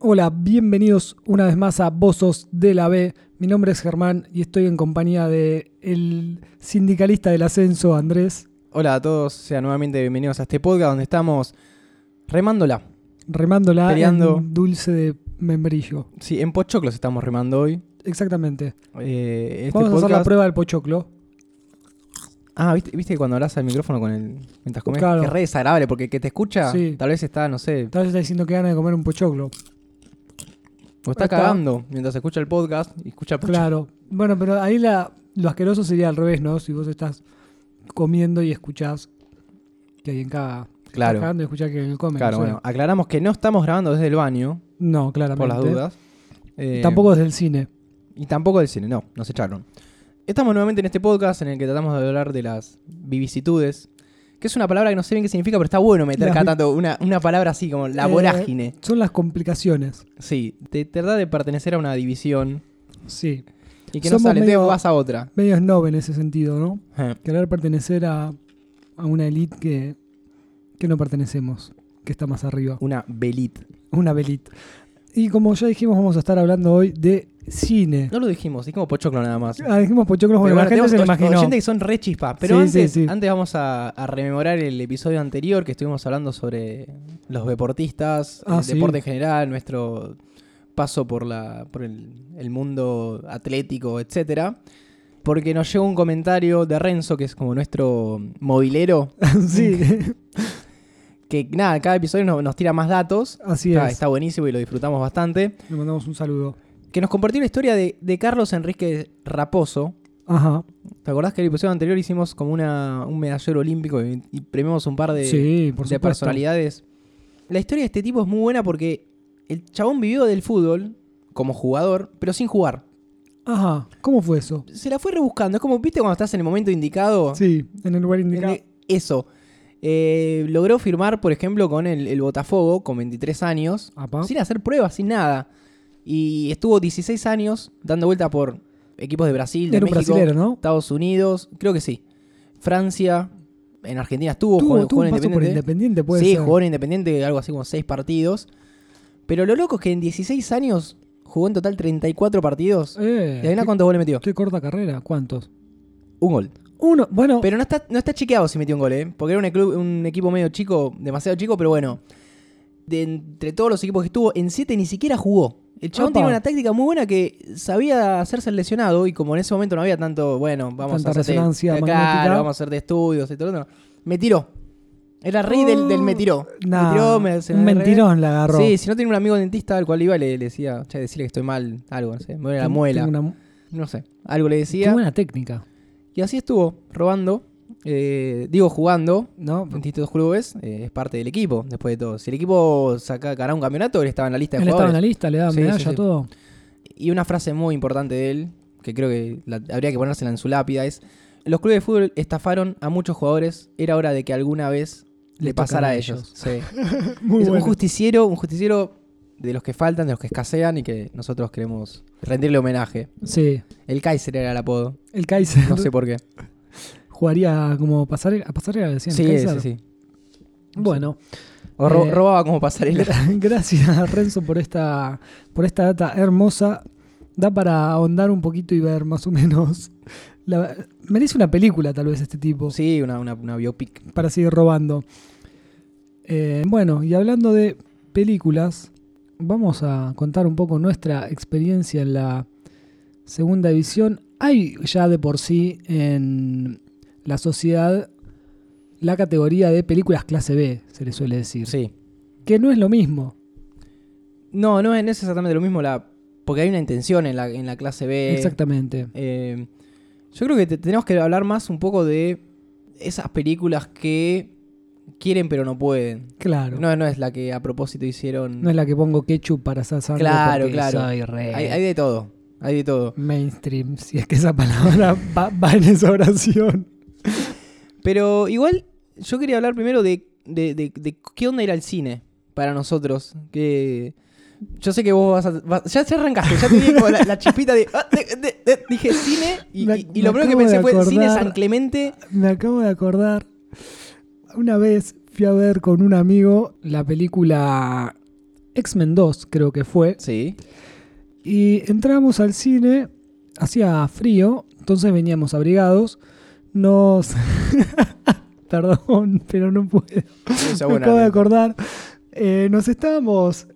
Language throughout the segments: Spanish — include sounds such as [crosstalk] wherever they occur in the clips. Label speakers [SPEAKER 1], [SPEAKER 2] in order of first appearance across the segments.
[SPEAKER 1] hola, bienvenidos una vez más a Bozos de la B. Mi nombre es Germán y estoy en compañía de el sindicalista del ascenso, Andrés.
[SPEAKER 2] Hola a todos, sean nuevamente bienvenidos a este podcast donde estamos remándola.
[SPEAKER 1] Remándola
[SPEAKER 2] Peleando.
[SPEAKER 1] en dulce de membrillo.
[SPEAKER 2] Sí, en pochoclos estamos remando hoy.
[SPEAKER 1] Exactamente.
[SPEAKER 2] Eh, este
[SPEAKER 1] Vamos a hacer la
[SPEAKER 2] podcast-
[SPEAKER 1] prueba del pochoclo.
[SPEAKER 2] Ah, ¿viste, viste que cuando hablas al micrófono con el mientras comes,
[SPEAKER 1] Claro.
[SPEAKER 2] que es re desagradable porque el que te escucha
[SPEAKER 1] Sí.
[SPEAKER 2] tal vez está, no sé,
[SPEAKER 1] Tal vez está diciendo que gana de comer un pochoclo.
[SPEAKER 2] o está,
[SPEAKER 1] Está.
[SPEAKER 2] cagando mientras escucha el podcast y escucha pocho-
[SPEAKER 1] Claro. Bueno, pero ahí la, lo asqueroso sería al revés, ¿no? Si vos estás comiendo y escuchás que alguien caga. Estás
[SPEAKER 2] Claro.
[SPEAKER 1] cagando y escuchás que alguien come. no
[SPEAKER 2] Claro,
[SPEAKER 1] sé.
[SPEAKER 2] bueno, aclaramos que no estamos grabando desde el baño
[SPEAKER 1] No, claramente.
[SPEAKER 2] por las dudas. Eh,
[SPEAKER 1] Tampoco desde el cine.
[SPEAKER 2] Y tampoco del cine, no, nos echaron. Estamos nuevamente en este podcast en el que tratamos de hablar de las vicisitudes, que es una palabra que no sé bien qué significa, pero está bueno meter
[SPEAKER 1] Las
[SPEAKER 2] cada
[SPEAKER 1] vi-
[SPEAKER 2] tanto una, una palabra así como la
[SPEAKER 1] Eh,
[SPEAKER 2] vorágine.
[SPEAKER 1] Son las complicaciones.
[SPEAKER 2] Sí, te trata de pertenecer a una división
[SPEAKER 1] Sí.
[SPEAKER 2] y que
[SPEAKER 1] Somos
[SPEAKER 2] no sale, te
[SPEAKER 1] medio-
[SPEAKER 2] vas a otra.
[SPEAKER 1] Medio snob en ese sentido, ¿no?
[SPEAKER 2] Eh,
[SPEAKER 1] Querer pertenecer a, a una elite que, que no pertenecemos, que está más arriba.
[SPEAKER 2] Una belit.
[SPEAKER 1] Una elite. Y como ya dijimos, vamos a estar hablando hoy de cine.
[SPEAKER 2] No lo dijimos, dijimos pochoclo
[SPEAKER 1] [laughs]
[SPEAKER 2] nada más.
[SPEAKER 1] Ah, dijimos pochoclos, bueno, la gente se lo imaginó.
[SPEAKER 2] gente que son re chispas, pero
[SPEAKER 1] Sí, sí,
[SPEAKER 2] antes,
[SPEAKER 1] sí.
[SPEAKER 2] antes vamos a, a rememorar el episodio anterior que estuvimos hablando sobre los deportistas,
[SPEAKER 1] Ah,
[SPEAKER 2] el
[SPEAKER 1] sí.
[SPEAKER 2] deporte en general, nuestro paso por la por el, el mundo atlético, etcétera. Porque nos llegó un comentario de Renzo, que es como nuestro movilero,
[SPEAKER 1] [laughs] sí,
[SPEAKER 2] que nada, cada episodio nos, nos tira más datos.
[SPEAKER 1] así
[SPEAKER 2] Está,
[SPEAKER 1] es.
[SPEAKER 2] está buenísimo y lo disfrutamos bastante.
[SPEAKER 1] Le mandamos un saludo.
[SPEAKER 2] Que nos compartió la historia de, de Carlos Enrique Raposo,
[SPEAKER 1] Ajá.
[SPEAKER 2] ¿Te acordás que el episodio anterior hicimos como una, un medallero olímpico y, y premiamos un par de,
[SPEAKER 1] sí, por
[SPEAKER 2] de
[SPEAKER 1] supuesto.
[SPEAKER 2] personalidades? La historia de este tipo es muy buena porque el chabón vivió del fútbol como jugador, pero sin jugar.
[SPEAKER 1] Ajá. ¿Cómo fue eso?
[SPEAKER 2] Se la fue rebuscando. Es como, ¿viste cuando estás en el momento indicado?
[SPEAKER 1] Sí, en el lugar
[SPEAKER 2] En
[SPEAKER 1] indicado.
[SPEAKER 2] el- eso. Eh, logró firmar, por ejemplo, con el, el Botafogo con 23 años,
[SPEAKER 1] Apa.
[SPEAKER 2] sin hacer pruebas, sin nada. Y estuvo 16 años dando vuelta por equipos de Brasil, de
[SPEAKER 1] Era un
[SPEAKER 2] México.
[SPEAKER 1] brasilero, ¿no?
[SPEAKER 2] Estados Unidos, creo que sí. Francia, en Argentina estuvo,
[SPEAKER 1] Tuvo,
[SPEAKER 2] jugó,
[SPEAKER 1] tuvo
[SPEAKER 2] jugó
[SPEAKER 1] un
[SPEAKER 2] en
[SPEAKER 1] paso por
[SPEAKER 2] Independiente.
[SPEAKER 1] Independiente, puede
[SPEAKER 2] sí,
[SPEAKER 1] ser.
[SPEAKER 2] jugó en Independiente algo así como seis partidos. Pero lo loco es que en 16 años jugó en total 34 partidos.
[SPEAKER 1] Eh,
[SPEAKER 2] ¿Y adivina
[SPEAKER 1] qué-
[SPEAKER 2] cuántos goles metió?
[SPEAKER 1] Qué corta carrera, ¿cuántos?
[SPEAKER 2] Un gol.
[SPEAKER 1] Uno, bueno,
[SPEAKER 2] Pero no está, no está chequeado si metió un gol, ¿eh? Porque era un, club- un equipo medio chico, demasiado chico, pero bueno. De entre todos los equipos que estuvo, en 7 ni siquiera jugó. El chabón
[SPEAKER 1] Apa.
[SPEAKER 2] tenía una táctica muy buena que sabía hacerse el lesionado y como en ese momento no había tanto, bueno, vamos
[SPEAKER 1] Tanta
[SPEAKER 2] a hacerte,
[SPEAKER 1] resonancia
[SPEAKER 2] claro,
[SPEAKER 1] magnética.
[SPEAKER 2] vamos a hacerte estudios y todo lo otro. Me tiró. Era rey del, del me tiró.
[SPEAKER 1] nah,
[SPEAKER 2] me tiró, me, se
[SPEAKER 1] un
[SPEAKER 2] me re-
[SPEAKER 1] mentirón la agarró.
[SPEAKER 2] Sí, si no tenía un amigo dentista al cual iba, le, le decía, che, decirle que estoy mal, algo, no sé, me duele la
[SPEAKER 1] Tengo
[SPEAKER 2] muela,
[SPEAKER 1] una mu-
[SPEAKER 2] no sé, algo le
[SPEAKER 1] qué
[SPEAKER 2] decía.
[SPEAKER 1] buena técnica,
[SPEAKER 2] Y así estuvo, robando, eh, digo jugando,
[SPEAKER 1] ¿no?
[SPEAKER 2] en distintos clubes, eh, es parte del equipo, después de todo. Si el equipo saca ganaba un campeonato, él estaba en la lista de
[SPEAKER 1] Él estaba en
[SPEAKER 2] jugadores.
[SPEAKER 1] la lista, le daban
[SPEAKER 2] Sí,
[SPEAKER 1] medalla,
[SPEAKER 2] sí, sí.
[SPEAKER 1] todo.
[SPEAKER 2] Y una frase muy importante de él, que creo que la- habría que ponérsela en su lápida, es los clubes de fútbol estafaron a muchos jugadores, era hora de que alguna vez le,
[SPEAKER 1] Les tocara
[SPEAKER 2] pasara a
[SPEAKER 1] a
[SPEAKER 2] ellos.
[SPEAKER 1] ellos.
[SPEAKER 2] Sí. [laughs]
[SPEAKER 1] Muy
[SPEAKER 2] es un justiciero, un justiciero de los que faltan, de los que escasean y que nosotros queremos rendirle homenaje.
[SPEAKER 1] Sí,
[SPEAKER 2] El Kaiser era el [laughs] apodo,
[SPEAKER 1] el Kaiser
[SPEAKER 2] no sé por qué.
[SPEAKER 1] jugaría como pasarela, a pasarela le decían. el
[SPEAKER 2] Sí, sí,
[SPEAKER 1] Kaiser.
[SPEAKER 2] sí.
[SPEAKER 1] Bueno,
[SPEAKER 2] O ro-
[SPEAKER 1] Eh,
[SPEAKER 2] robaba como pasarela.
[SPEAKER 1] [laughs] gracias Renzo por esta, por esta data hermosa. Da para ahondar un poquito y ver más o menos. la- merece una película tal vez este tipo.
[SPEAKER 2] Sí, una, una, una biopic.
[SPEAKER 1] para seguir robando. Eh, bueno, y hablando de películas, vamos a contar un poco nuestra experiencia en la segunda división. Hay ya de por sí en la sociedad la categoría de películas clase B, se le suele decir.
[SPEAKER 2] Sí.
[SPEAKER 1] Que no es lo mismo.
[SPEAKER 2] No, no es, no es exactamente lo mismo, la, porque hay una intención en la, en la clase B.
[SPEAKER 1] Exactamente.
[SPEAKER 2] Eh, yo creo que te- tenemos que hablar más un poco de esas películas que quieren pero no pueden.
[SPEAKER 1] Claro. No,
[SPEAKER 2] No, no es la que a propósito hicieron.
[SPEAKER 1] es la que pongo ketchup para asar sangre
[SPEAKER 2] Claro,
[SPEAKER 1] porque
[SPEAKER 2] claro.
[SPEAKER 1] soy re
[SPEAKER 2] hay, hay de todo, hay de todo.
[SPEAKER 1] mainstream, si es que esa palabra [laughs] va- va en esa oración.
[SPEAKER 2] Pero igual yo quería hablar primero de, de- de- de qué onda era el cine para nosotros. Que yo sé que vos vas a... vas- ya, ya arrancaste, ya te dije como la, la chispita de, ah, de- de- de- Dije cine y,
[SPEAKER 1] Me-
[SPEAKER 2] y- y lo
[SPEAKER 1] me
[SPEAKER 2] primero que
[SPEAKER 1] acabo
[SPEAKER 2] pensé
[SPEAKER 1] de
[SPEAKER 2] fue cine
[SPEAKER 1] acordar.
[SPEAKER 2] San Clemente.
[SPEAKER 1] Me acabo de acordar. Una vez fui a ver con un amigo la película X-Men 2, creo que fue.
[SPEAKER 2] Sí.
[SPEAKER 1] Y entramos al cine, hacía frío, entonces veníamos abrigados. Nos. [laughs] Perdón, pero no puedo.
[SPEAKER 2] Esa
[SPEAKER 1] Me
[SPEAKER 2] buena
[SPEAKER 1] acabo de
[SPEAKER 2] anécdota.
[SPEAKER 1] acordar. Eh, nos estábamos.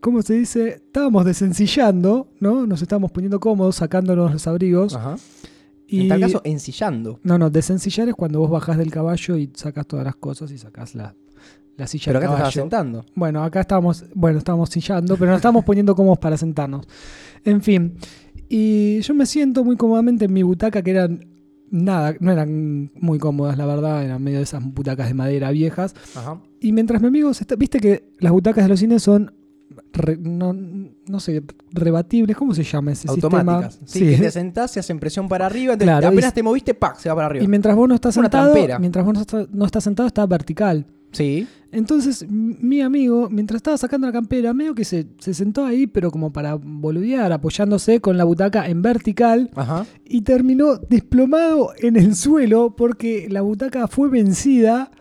[SPEAKER 1] ¿Cómo se dice? Estábamos desencillando, ¿no? Nos estábamos poniendo cómodos, sacándonos los abrigos.
[SPEAKER 2] Ajá.
[SPEAKER 1] y...
[SPEAKER 2] Ah, En tal caso, ensillando.
[SPEAKER 1] No, no, desencillar es cuando vos bajás del caballo y sacás todas las cosas y sacás la, la silla
[SPEAKER 2] Pero
[SPEAKER 1] del
[SPEAKER 2] acá te estabas
[SPEAKER 1] caballo.
[SPEAKER 2] sentando.
[SPEAKER 1] Bueno, acá estábamos, bueno, estábamos sillando, pero nos estábamos poniendo cómodos para sentarnos. En fin, y yo me siento muy cómodamente en mi butaca, que eran nada, no eran muy cómodas, la verdad, eran medio de esas butacas de madera viejas.
[SPEAKER 2] Ajá.
[SPEAKER 1] Y mientras mi amigo se está, viste que las butacas de los cines son, re- no, no sé, rebatibles, ¿cómo se llama ese
[SPEAKER 2] Automáticas.
[SPEAKER 1] sistema?
[SPEAKER 2] Sí, que te sentás, se hacen presión para arriba, entonces
[SPEAKER 1] Claro,
[SPEAKER 2] apenas
[SPEAKER 1] y-
[SPEAKER 2] te moviste, ¡pac! se va para arriba.
[SPEAKER 1] Y mientras vos no estás
[SPEAKER 2] Una
[SPEAKER 1] sentado,
[SPEAKER 2] trampera.
[SPEAKER 1] mientras vos no está- no estás sentado, está vertical.
[SPEAKER 2] Sí.
[SPEAKER 1] Entonces, m- mi amigo, mientras estaba sacando la campera, medio que se, se sentó ahí, pero como para boludear, apoyándose con la butaca en vertical,
[SPEAKER 2] Ajá.
[SPEAKER 1] y terminó desplomado en el suelo porque la butaca fue vencida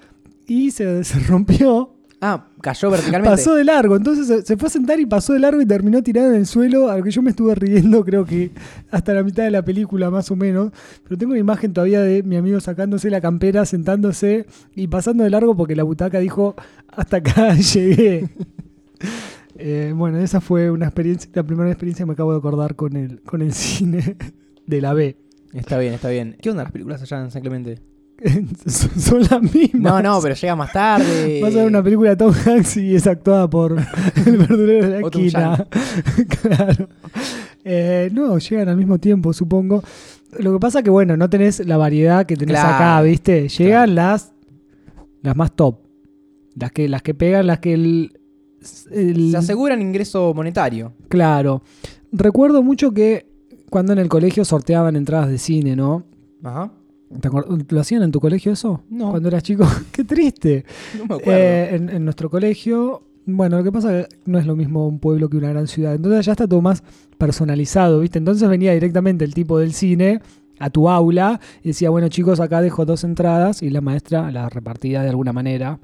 [SPEAKER 1] y se, [laughs] se rompió.
[SPEAKER 2] Ah, cayó verticalmente.
[SPEAKER 1] Pasó de largo, entonces se, se fue a sentar y pasó de largo y terminó tirado en el suelo, a lo que yo me estuve [laughs] riendo creo que hasta la mitad de la película más o menos, pero tengo una imagen todavía de mi amigo sacándose la campera, sentándose y pasando de largo porque la butaca dijo, hasta acá [laughs] llegué. Eh, bueno, esa fue una experiencia, la primera experiencia que me acabo de acordar con el, con el [laughs] cine de la B. [laughs]
[SPEAKER 2] Está bien, está bien. ¿Qué onda las películas allá en San Clemente?
[SPEAKER 1] son, son las mismas.
[SPEAKER 2] No, no, pero llega más tarde.
[SPEAKER 1] [laughs] Vas a ver una película de Tom Hanks y es actuada por [laughs] el verdulero de la
[SPEAKER 2] Otto
[SPEAKER 1] esquina. [laughs] claro. Eh, no, llegan al mismo tiempo, supongo. Lo que pasa que, bueno, no tenés la variedad que tenés
[SPEAKER 2] Claro.
[SPEAKER 1] acá, ¿viste? Llegan las las más top. Las que, las que pegan, las que el- el-
[SPEAKER 2] Se aseguran ingreso monetario.
[SPEAKER 1] Claro. Recuerdo mucho que cuando en el colegio sorteaban entradas de cine, ¿no?
[SPEAKER 2] Ajá.
[SPEAKER 1] ¿Te acuer- ¿Lo hacían en tu colegio eso?
[SPEAKER 2] No.
[SPEAKER 1] Cuando eras chico. [laughs] Qué triste.
[SPEAKER 2] [laughs] No me acuerdo.
[SPEAKER 1] Eh, en, en nuestro colegio, bueno, lo que pasa es que no es lo mismo un pueblo que una gran ciudad. Entonces ya está todo más personalizado, ¿viste? Entonces venía directamente el tipo del cine a tu aula y decía, bueno chicos, acá dejo dos entradas y la maestra las repartía de alguna manera.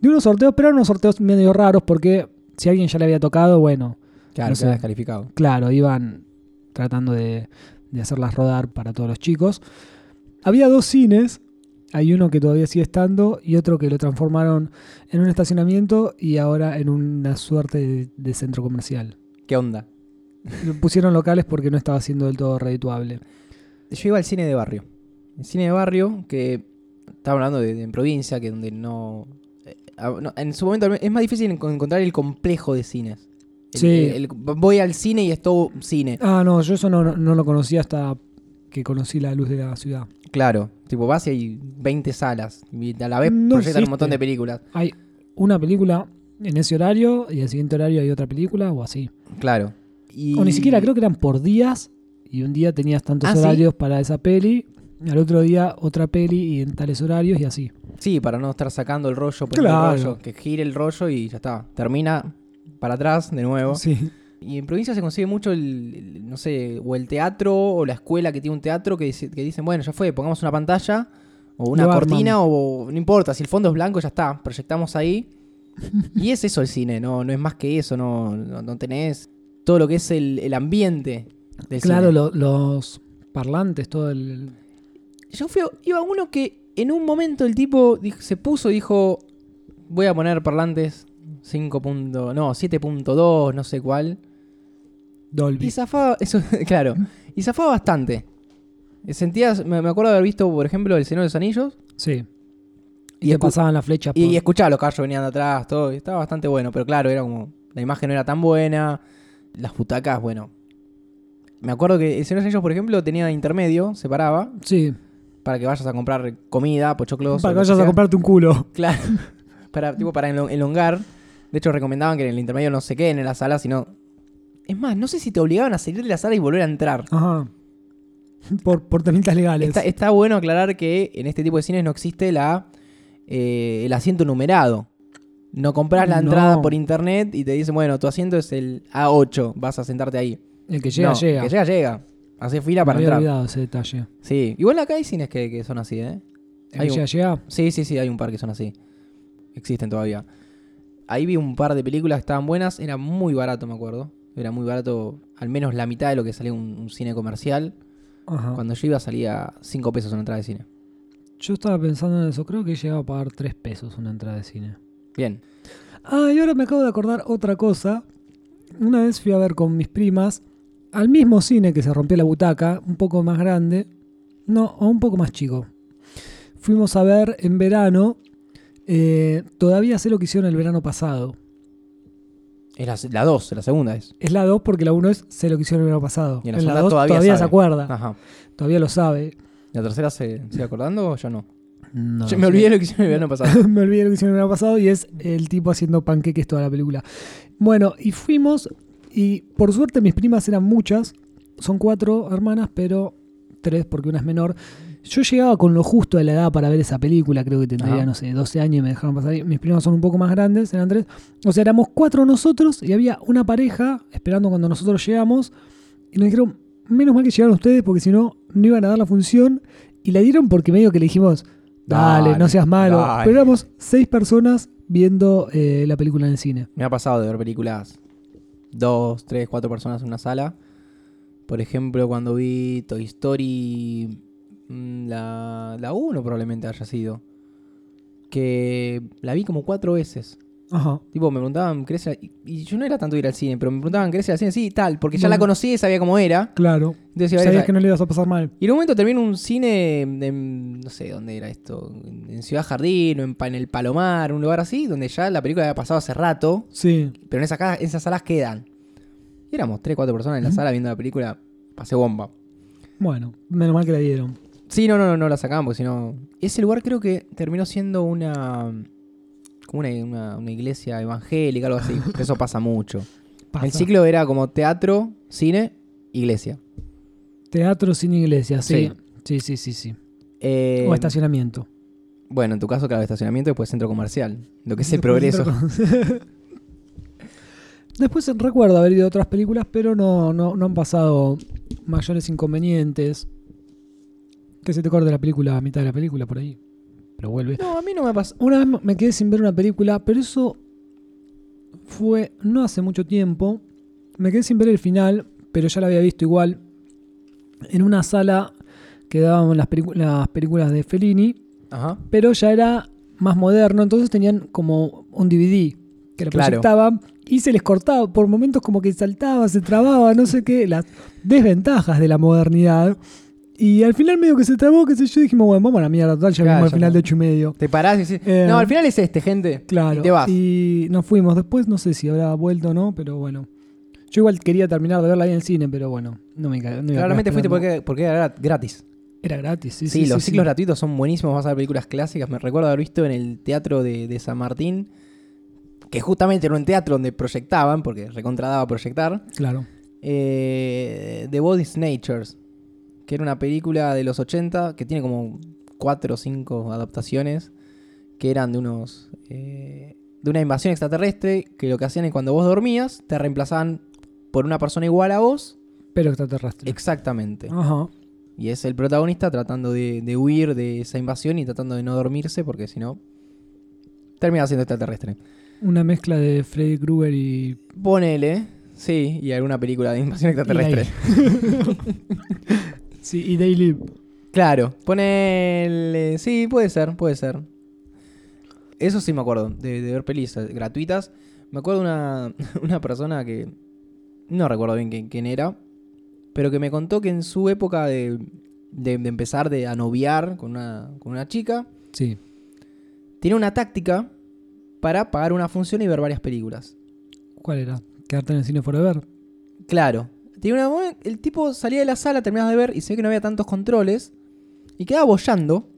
[SPEAKER 1] De unos sorteos, pero eran unos sorteos medio raros porque si a alguien ya le había tocado, bueno,
[SPEAKER 2] claro,
[SPEAKER 1] no
[SPEAKER 2] queda
[SPEAKER 1] sé.
[SPEAKER 2] descalificado.
[SPEAKER 1] claro, iban tratando de, de hacerlas rodar para todos los chicos. Había dos cines, hay uno que todavía sigue estando y otro que lo transformaron en un estacionamiento y ahora en una suerte de, de centro comercial.
[SPEAKER 2] ¿Qué onda?
[SPEAKER 1] Lo Pusieron locales porque no estaba siendo del todo redituable.
[SPEAKER 2] Yo iba al cine de barrio. El cine de barrio, que estaba hablando de, de en provincia, que donde no, eh, ah, no, En su momento es más difícil enco- encontrar el complejo de cines. El-
[SPEAKER 1] Sí.
[SPEAKER 2] el- el- voy al cine y es todo cine.
[SPEAKER 1] Ah, no, yo eso no, no- no lo conocí hasta que conocí la luz de la ciudad.
[SPEAKER 2] Claro. Tipo, vas y hay 20 salas. Y a la vez
[SPEAKER 1] No
[SPEAKER 2] proyectan
[SPEAKER 1] existe.
[SPEAKER 2] un montón de películas.
[SPEAKER 1] Hay una película en ese horario y al siguiente horario hay otra película o así.
[SPEAKER 2] Claro. Y...
[SPEAKER 1] O ni siquiera creo que eran por días. Y un día tenías tantos
[SPEAKER 2] Ah, ¿sí?
[SPEAKER 1] horarios para esa peli. y Al otro día otra peli y en tales horarios y así.
[SPEAKER 2] Sí, para no estar sacando el rollo, poniendo el
[SPEAKER 1] Claro.
[SPEAKER 2] rollo, que gire el rollo y ya está. Termina para atrás de nuevo.
[SPEAKER 1] Sí.
[SPEAKER 2] Y en provincia se consigue mucho el, el- no sé, o el teatro o la escuela que tiene un teatro que, dice- que dicen, bueno, ya fue, pongamos una pantalla o una
[SPEAKER 1] Lo arman.
[SPEAKER 2] cortina o no importa, si el fondo es blanco ya está, proyectamos
[SPEAKER 1] [laughs]
[SPEAKER 2] ahí. y es eso el cine, no, no es más que eso, no, no, no tenés todo lo que es el, el ambiente del
[SPEAKER 1] Claro,
[SPEAKER 2] cine.
[SPEAKER 1] lo- los parlantes, todo el.
[SPEAKER 2] Yo fui, iba a uno que en un momento el tipo dijo- se puso y dijo, voy a poner parlantes 5. punto- no, 7.2, no sé cuál.
[SPEAKER 1] Dolby.
[SPEAKER 2] Y zafaba, [laughs] eso, claro, y zafaba bastante. Sentías, me, me acuerdo de haber visto, por ejemplo, El Señor de los Anillos.
[SPEAKER 1] Sí.
[SPEAKER 2] Y,
[SPEAKER 1] Y te
[SPEAKER 2] escu-
[SPEAKER 1] pasaban las flechas.
[SPEAKER 2] y,
[SPEAKER 1] por-
[SPEAKER 2] y escuchaba los caballos venían de atrás, todo, y estaba bastante bueno, pero claro, era como, la imagen no era tan buena, las butacas, bueno. Me acuerdo que El Señor de los Anillos, por ejemplo, tenía intermedio, se paraba,
[SPEAKER 1] Sí.
[SPEAKER 2] para que vayas a comprar comida, pochoclos.
[SPEAKER 1] Para
[SPEAKER 2] o
[SPEAKER 1] que
[SPEAKER 2] lo
[SPEAKER 1] vayas a
[SPEAKER 2] sea.
[SPEAKER 1] comprarte un culo. [laughs]
[SPEAKER 2] Claro. Para, tipo, para enlo- enlongar. De hecho, recomendaban que en el intermedio no se queden en la sala, sino. Es más, no sé si te obligaban a salir de la sala y volver a entrar.
[SPEAKER 1] Ajá. [laughs] Por, por temitas legales.
[SPEAKER 2] Está, está bueno aclarar que en este tipo de cines no existe la eh, el asiento numerado. No compras la
[SPEAKER 1] No.
[SPEAKER 2] entrada por internet y te dicen, bueno, tu asiento es el A8, vas a sentarte ahí.
[SPEAKER 1] El que llega,
[SPEAKER 2] No,
[SPEAKER 1] llega.
[SPEAKER 2] Que llega, llega. Haces fila
[SPEAKER 1] Me
[SPEAKER 2] para
[SPEAKER 1] había
[SPEAKER 2] entrar.
[SPEAKER 1] olvidado ese detalle.
[SPEAKER 2] Sí. Igual acá hay cines que, que son así, ¿eh?
[SPEAKER 1] El
[SPEAKER 2] Hay
[SPEAKER 1] que
[SPEAKER 2] un-
[SPEAKER 1] llega, llega.
[SPEAKER 2] Sí, sí, sí, hay un par que son así. Existen todavía. Ahí vi un par de películas que estaban buenas. Era muy barato, me acuerdo. Era muy barato, al menos la mitad de lo que salía un, un cine comercial.
[SPEAKER 1] Ajá.
[SPEAKER 2] Cuando yo iba salía 5 pesos una entrada de cine.
[SPEAKER 1] Yo estaba pensando en eso, creo que he llegado a pagar 3 pesos una entrada de cine.
[SPEAKER 2] Bien.
[SPEAKER 1] Ah, y ahora me acabo de acordar otra cosa. Una vez fui a ver con mis primas al mismo cine que se rompió la butaca, un poco más grande, no, o un poco más chico. Fuimos a ver en verano, eh, todavía sé lo que hicieron el verano pasado.
[SPEAKER 2] Es la- la 2, la segunda es.
[SPEAKER 1] Es la 2 porque la 1 es sé lo que hicieron el verano pasado.
[SPEAKER 2] Y en la
[SPEAKER 1] en la
[SPEAKER 2] segunda
[SPEAKER 1] 2 todavía,
[SPEAKER 2] todavía
[SPEAKER 1] se
[SPEAKER 2] sabe. Ah.
[SPEAKER 1] acuerda,
[SPEAKER 2] Ajá.
[SPEAKER 1] todavía lo sabe.
[SPEAKER 2] ¿La tercera se sigue acordando o ya no?
[SPEAKER 1] No
[SPEAKER 2] Yo
[SPEAKER 1] lo sé.
[SPEAKER 2] me olvidé lo que hicieron el verano
[SPEAKER 1] [laughs]
[SPEAKER 2] pasado.
[SPEAKER 1] me olvidé lo que hicieron el verano pasado y es el tipo haciendo panqueques toda la película. Bueno, y fuimos y por suerte mis primas eran muchas, son cuatro hermanas, pero tres porque una es menor. Yo llegaba con lo justo de la edad para ver esa película, creo que tendría,
[SPEAKER 2] Ajá.
[SPEAKER 1] no sé, 12 años y me dejaron pasar. Mis primas son un poco más grandes, eran tres. O sea, éramos cuatro nosotros y había una pareja esperando cuando nosotros llegamos y nos dijeron, menos mal que llegaron ustedes porque si no, no iban a dar la función y la dieron porque medio que le dijimos, dale,
[SPEAKER 2] Dale,
[SPEAKER 1] no seas malo.
[SPEAKER 2] dale.
[SPEAKER 1] Pero éramos seis personas viendo eh, la película en el cine.
[SPEAKER 2] Me ha pasado de ver películas dos, tres, cuatro personas en una sala. Por ejemplo, cuando vi Toy Story, mm, la, la 1 probablemente haya sido. Que la vi como cuatro veces.
[SPEAKER 1] Ajá.
[SPEAKER 2] Tipo, me preguntaban, ¿querés ir al-?" y- Y yo no era tanto ir al cine, pero me preguntaban, ¿querés ir al cine? Sí, tal, porque ya
[SPEAKER 1] Bueno.
[SPEAKER 2] la conocía y sabía cómo era.
[SPEAKER 1] Claro.
[SPEAKER 2] Entonces iba a ver
[SPEAKER 1] Sabías
[SPEAKER 2] esa-
[SPEAKER 1] que no le ibas a pasar mal.
[SPEAKER 2] Y en un momento terminé en un cine, en- no sé dónde era esto, en en Ciudad Jardín o en, Pa- en el Palomar, un lugar así, donde ya la película había pasado hace rato,
[SPEAKER 1] Sí.
[SPEAKER 2] pero en esas, ca- esas salas quedan. Y éramos 3, 4 personas en la
[SPEAKER 1] Ujú.
[SPEAKER 2] sala viendo la película, pasé bomba.
[SPEAKER 1] Bueno, menos mal que la dieron.
[SPEAKER 2] Sí, no, no, no, no la sacaban porque si no... Ese lugar creo que terminó siendo una... como una, una- una iglesia evangélica, algo así.
[SPEAKER 1] [laughs]
[SPEAKER 2] que Eso pasa mucho.
[SPEAKER 1] Pasa.
[SPEAKER 2] El ciclo era como teatro, cine, iglesia.
[SPEAKER 1] Teatro sin iglesia, sí. Sí, sí, sí, sí.
[SPEAKER 2] Eh,
[SPEAKER 1] O estacionamiento.
[SPEAKER 2] Bueno, en tu caso, claro, estacionamiento y después centro comercial. Lo
[SPEAKER 1] [laughs]
[SPEAKER 2] que es el progreso.
[SPEAKER 1] Después recuerdo haber ido a otras películas, pero no, no, no han pasado mayores inconvenientes. Que se te corte la película a mitad de la película por ahí. Pero vuelve.
[SPEAKER 2] [laughs] No, a mí no me pasa.
[SPEAKER 1] Una vez me quedé sin ver una película, pero eso fue no hace mucho tiempo. Me quedé sin ver el final, pero ya la había visto igual. En una sala que daban las, pelicu- las películas de Fellini,
[SPEAKER 2] Ajá.
[SPEAKER 1] pero ya era más moderno, entonces tenían como un DVD que lo
[SPEAKER 2] Claro.
[SPEAKER 1] proyectaban y se les cortaba, por momentos como que saltaba, se trababa, no sé qué, las desventajas de la modernidad. Y al final medio que se trabó, qué sé yo, dijimos, bueno, vamos a la mierda, total, ya
[SPEAKER 2] Claro,
[SPEAKER 1] vimos el
[SPEAKER 2] ya
[SPEAKER 1] final
[SPEAKER 2] está.
[SPEAKER 1] de ocho y medio.
[SPEAKER 2] Te parás y decís.
[SPEAKER 1] Eh,
[SPEAKER 2] no, al final es este, gente.
[SPEAKER 1] Claro.
[SPEAKER 2] Y te vas.
[SPEAKER 1] y nos fuimos. Después no sé si habrá vuelto o no, pero bueno. Yo igual quería terminar de verla ahí en el cine, pero bueno, no me ca- no iba a
[SPEAKER 2] Claramente
[SPEAKER 1] quedar
[SPEAKER 2] fuiste
[SPEAKER 1] esperando.
[SPEAKER 2] porque, porque era gra- gratis.
[SPEAKER 1] Era gratis, sí.
[SPEAKER 2] Sí,
[SPEAKER 1] Sí,
[SPEAKER 2] los
[SPEAKER 1] sí,
[SPEAKER 2] ciclos
[SPEAKER 1] sí.
[SPEAKER 2] gratuitos son buenísimos. Vas a ver películas clásicas. Me recuerdo haber visto en el teatro de, de San Martín, que justamente era un teatro donde proyectaban, porque recontradaba proyectar,
[SPEAKER 1] Claro.
[SPEAKER 2] eh, The Body Natures, que era una película de los 80 que tiene como 4 o 5 adaptaciones que eran de unos. eh, de una invasión extraterrestre que lo que hacían es cuando vos dormías, te reemplazaban por una persona igual a vos.
[SPEAKER 1] Pero extraterrestre.
[SPEAKER 2] Exactamente.
[SPEAKER 1] Ajá.
[SPEAKER 2] Y es el protagonista tratando de, de huir de esa invasión y tratando de no dormirse porque si no. termina siendo extraterrestre.
[SPEAKER 1] Una mezcla de Freddy Krueger y.
[SPEAKER 2] Ponele, sí, y alguna película de invasión extraterrestre. [laughs]
[SPEAKER 1] Sí, y Daily.
[SPEAKER 2] Claro, ponele. Sí, puede ser, puede ser. Eso sí me acuerdo, de, de ver pelis eh, gratuitas. Me acuerdo una, [laughs] una persona que. No recuerdo bien quién, quién era. Pero que me contó que en su época de, de- de empezar de, a noviar con una, con una chica.
[SPEAKER 1] Sí.
[SPEAKER 2] Tiene una táctica para pagar una función y ver varias películas.
[SPEAKER 1] ¿Cuál era? ¿Quedarte en el cine forever?
[SPEAKER 2] Claro. Tiene una- el tipo salía de la sala, terminabas de ver y se ve que no había tantos controles. Y quedaba bollando.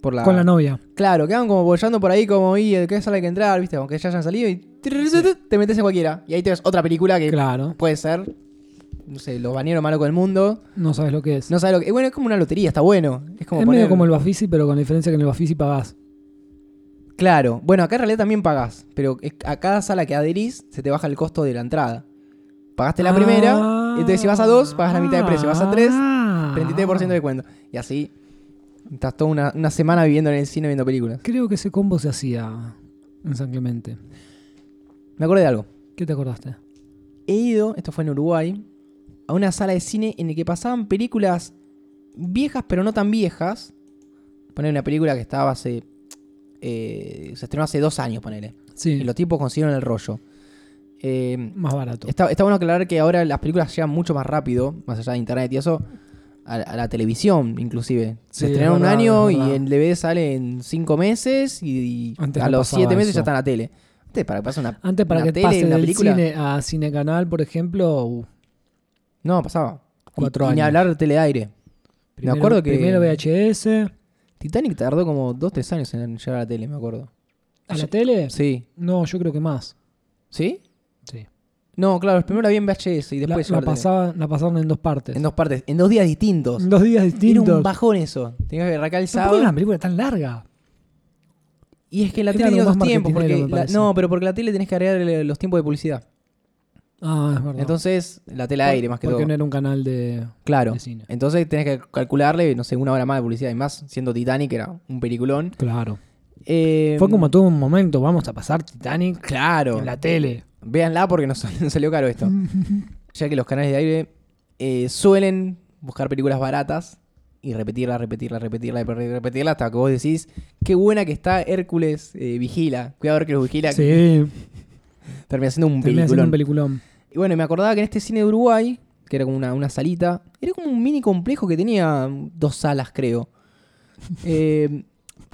[SPEAKER 2] Por la,
[SPEAKER 1] Con la novia.
[SPEAKER 2] Claro, quedan como bollando por ahí, como, y ¿de qué sala hay que entrar, viste, aunque ya hayan salido, y te metes en cualquiera. Y ahí te ves otra película que
[SPEAKER 1] Claro.
[SPEAKER 2] puede ser, no sé, los bañeros malos con el mundo.
[SPEAKER 1] No sabes lo que es.
[SPEAKER 2] No sabes lo que. Bueno, es como una lotería, está bueno. Es como
[SPEAKER 1] es
[SPEAKER 2] poner-
[SPEAKER 1] medio como el Bafisi, pero con la diferencia que en el Bafisi pagás.
[SPEAKER 2] Claro, bueno, acá en realidad también pagás, pero es- a cada sala que adherís se te baja el costo de la entrada. Pagaste la primera,
[SPEAKER 1] Ah.
[SPEAKER 2] entonces si vas a dos, pagas la mitad de precio, vas a tres,
[SPEAKER 1] Ah.
[SPEAKER 2] 33% de cuento. Y así, estás toda una, una semana viviendo en el cine viendo películas.
[SPEAKER 1] Creo que ese combo se hacía en San Clemente.
[SPEAKER 2] Me acordé de algo.
[SPEAKER 1] ¿Qué te acordaste?
[SPEAKER 2] He ido, esto fue en Uruguay, a una sala de cine en la que pasaban películas viejas, pero no tan viejas. Poner una película que estaba hace. eh, se estrenó hace dos años, ponele.
[SPEAKER 1] Sí,
[SPEAKER 2] Y los tipos consiguieron el rollo. Eh,
[SPEAKER 1] más barato.
[SPEAKER 2] Está, está bueno aclarar que ahora las películas llegan mucho más rápido, más allá de internet y eso, a, a la televisión inclusive.
[SPEAKER 1] Sí,
[SPEAKER 2] Se
[SPEAKER 1] es
[SPEAKER 2] estrenaron un
[SPEAKER 1] verdad,
[SPEAKER 2] año
[SPEAKER 1] es
[SPEAKER 2] y
[SPEAKER 1] verdad.
[SPEAKER 2] el DVD sale en cinco meses y, y
[SPEAKER 1] Antes
[SPEAKER 2] a
[SPEAKER 1] no
[SPEAKER 2] los
[SPEAKER 1] pasaba
[SPEAKER 2] siete meses
[SPEAKER 1] eso.
[SPEAKER 2] ya está en la tele. Antes para que pase una...
[SPEAKER 1] Antes para
[SPEAKER 2] una
[SPEAKER 1] que
[SPEAKER 2] tele,
[SPEAKER 1] pase
[SPEAKER 2] una
[SPEAKER 1] del
[SPEAKER 2] película.
[SPEAKER 1] cine a Cinecanal, por ejemplo, uh,
[SPEAKER 2] No, pasaba. Y-
[SPEAKER 1] Cuatro
[SPEAKER 2] y ni
[SPEAKER 1] años.
[SPEAKER 2] hablar de teleaire.
[SPEAKER 1] primero,
[SPEAKER 2] me acuerdo que
[SPEAKER 1] primero VHS,
[SPEAKER 2] Titanic tardó como dos, tres años en llegar a la tele, me acuerdo.
[SPEAKER 1] a la
[SPEAKER 2] Sí.
[SPEAKER 1] tele.
[SPEAKER 2] Sí.
[SPEAKER 1] No, yo creo que más.
[SPEAKER 2] ¿Sí?
[SPEAKER 1] Sí.
[SPEAKER 2] No, claro, primero la vi en VHS y
[SPEAKER 1] La,
[SPEAKER 2] después
[SPEAKER 1] la
[SPEAKER 2] llegó a la tele.
[SPEAKER 1] pasaban, la pasaron en dos partes.
[SPEAKER 2] En dos partes, en dos días distintos.
[SPEAKER 1] En dos días distintos.
[SPEAKER 2] Era un bajón eso. Tenías que arrancar el
[SPEAKER 1] Tampoco
[SPEAKER 2] sábado.
[SPEAKER 1] era una película tan larga.
[SPEAKER 2] Y es que la
[SPEAKER 1] Era
[SPEAKER 2] tele
[SPEAKER 1] lo
[SPEAKER 2] tiene
[SPEAKER 1] más
[SPEAKER 2] otros tiempos.
[SPEAKER 1] marketinero,
[SPEAKER 2] Porque
[SPEAKER 1] me
[SPEAKER 2] la-
[SPEAKER 1] parece.
[SPEAKER 2] no, pero porque la tele tenés que agregar los tiempos de publicidad.
[SPEAKER 1] Ah, es verdad.
[SPEAKER 2] Entonces, la tele aire más que
[SPEAKER 1] Porque
[SPEAKER 2] todo.
[SPEAKER 1] no era un canal de,
[SPEAKER 2] claro.
[SPEAKER 1] de cine.
[SPEAKER 2] Entonces tenés que calcularle, no sé, una hora más de publicidad. Y más, siendo Titanic, era un peliculón.
[SPEAKER 1] Claro.
[SPEAKER 2] Eh,
[SPEAKER 1] Fue como todo un momento, vamos a pasar Titanic
[SPEAKER 2] Claro.
[SPEAKER 1] en la tele.
[SPEAKER 2] Véanla porque nos sal- [laughs] nos salió caro
[SPEAKER 1] [laughs]
[SPEAKER 2] esto. ya que los canales de aire eh, suelen buscar películas baratas y repetirla, repetirla, repetirla, y re- repetirla hasta que vos decís, qué buena que está Hércules eh, Vigila. Cuidado Hércules Vigila. que
[SPEAKER 1] Sí,
[SPEAKER 2] Termina siendo un
[SPEAKER 1] termina siendo
[SPEAKER 2] peliculón.
[SPEAKER 1] un peliculón.
[SPEAKER 2] Y bueno, me acordaba que en este cine de Uruguay, que era como una, una salita, era como un mini complejo que tenía dos salas,
[SPEAKER 1] [laughs]
[SPEAKER 2] creo. Eh,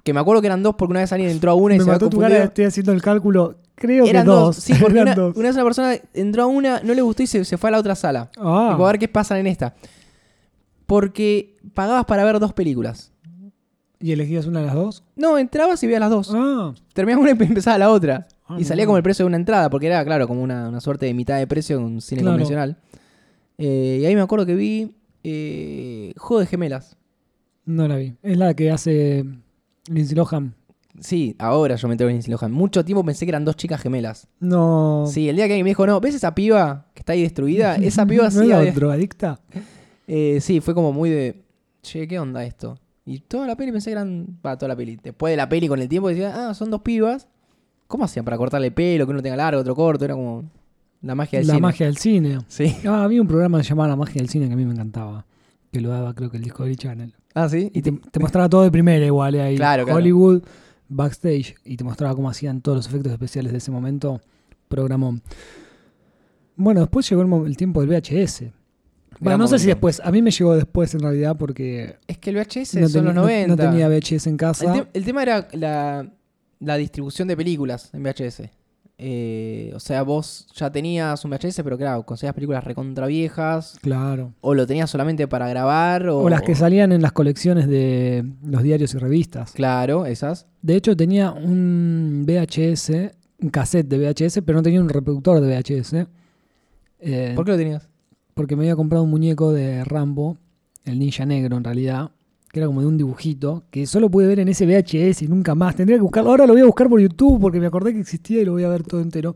[SPEAKER 2] que me acuerdo que eran dos porque una vez alguien entró a una y
[SPEAKER 1] Me
[SPEAKER 2] se había
[SPEAKER 1] mató tu cara,
[SPEAKER 2] confundido.
[SPEAKER 1] estoy haciendo el cálculo. Creo
[SPEAKER 2] Eran
[SPEAKER 1] que dos.
[SPEAKER 2] dos, sí, porque
[SPEAKER 1] [laughs] Eran
[SPEAKER 2] una,
[SPEAKER 1] dos.
[SPEAKER 2] una vez una persona entró a una, no le gustó y se, se fue a la otra sala.
[SPEAKER 1] Ah,
[SPEAKER 2] Tipo, a ver qué pasa en esta. Porque pagabas para ver dos películas.
[SPEAKER 1] ¿Y elegías una de las dos?
[SPEAKER 2] No, entrabas y veías las dos.
[SPEAKER 1] Ah,
[SPEAKER 2] Terminabas una y [laughs] empezaba la otra.
[SPEAKER 1] Ah,
[SPEAKER 2] y salía
[SPEAKER 1] mirá.
[SPEAKER 2] como el precio de una entrada, porque era, claro, como una, una suerte de mitad de precio en un cine
[SPEAKER 1] Claro.
[SPEAKER 2] convencional. Eh, y ahí me acuerdo que vi eh, Juego de Gemelas.
[SPEAKER 1] no la vi. Es la que hace Lindsay Lohan.
[SPEAKER 2] Sí, ahora yo me entero en Lindsay Lohan. Mucho tiempo pensé que eran dos chicas gemelas.
[SPEAKER 1] No.
[SPEAKER 2] Sí, el día que alguien me dijo, no, ¿ves esa piba que está
[SPEAKER 1] [laughs]
[SPEAKER 2] ahí destruida? Esa piba
[SPEAKER 1] ¿No
[SPEAKER 2] sí.
[SPEAKER 1] era
[SPEAKER 2] había-
[SPEAKER 1] drogadicta?
[SPEAKER 2] Eh, sí, fue como muy de, che, ¿qué onda esto? Y toda la peli pensé que eran, va, toda la peli. Después de la peli con el tiempo decía, ah, son dos pibas. ¿Cómo hacían para cortarle pelo, que uno tenga largo, otro corto? Era como la magia del
[SPEAKER 1] La
[SPEAKER 2] cine.
[SPEAKER 1] magia del cine.
[SPEAKER 2] Sí. [laughs]
[SPEAKER 1] Ah, había un programa que se llamaba La magia del cine que a mí me encantaba. Que lo daba, creo que el Discovery Channel.
[SPEAKER 2] Ah, sí.
[SPEAKER 1] Y te, te mostraba todo de primera igual eh, ahí.
[SPEAKER 2] Claro, claro.
[SPEAKER 1] Hollywood, backstage. Y te mostraba cómo hacían todos los efectos especiales de ese momento. Programón. Bueno, después llegó el, mo- el tiempo del VHS. Bueno, no sé
[SPEAKER 2] momento.
[SPEAKER 1] si después. A mí me llegó después en realidad porque
[SPEAKER 2] Es que el VHS
[SPEAKER 1] no,
[SPEAKER 2] son
[SPEAKER 1] teni-
[SPEAKER 2] los
[SPEAKER 1] no-
[SPEAKER 2] 90.
[SPEAKER 1] no tenía VHS en
[SPEAKER 2] el,
[SPEAKER 1] casa.
[SPEAKER 2] te- el tema era la, la distribución de películas en VHS. Eh, o sea, vos ya tenías un VHS, pero claro, conseguías películas recontra viejas.
[SPEAKER 1] Claro.
[SPEAKER 2] O lo tenías solamente para grabar. O,
[SPEAKER 1] O las que salían en las colecciones de los diarios y revistas.
[SPEAKER 2] Claro, esas.
[SPEAKER 1] De hecho, tenía un VHS, un cassette de VHS, pero no tenía un reproductor de VHS. Eh,
[SPEAKER 2] ¿Por qué lo tenías?
[SPEAKER 1] Porque me había comprado un muñeco de Rambo, el ninja negro en realidad, que era como de un dibujito, que solo pude ver en ese VHS y nunca más. Tendría que buscarlo. Ahora lo voy a buscar por YouTube porque me acordé que existía y lo voy a ver todo entero.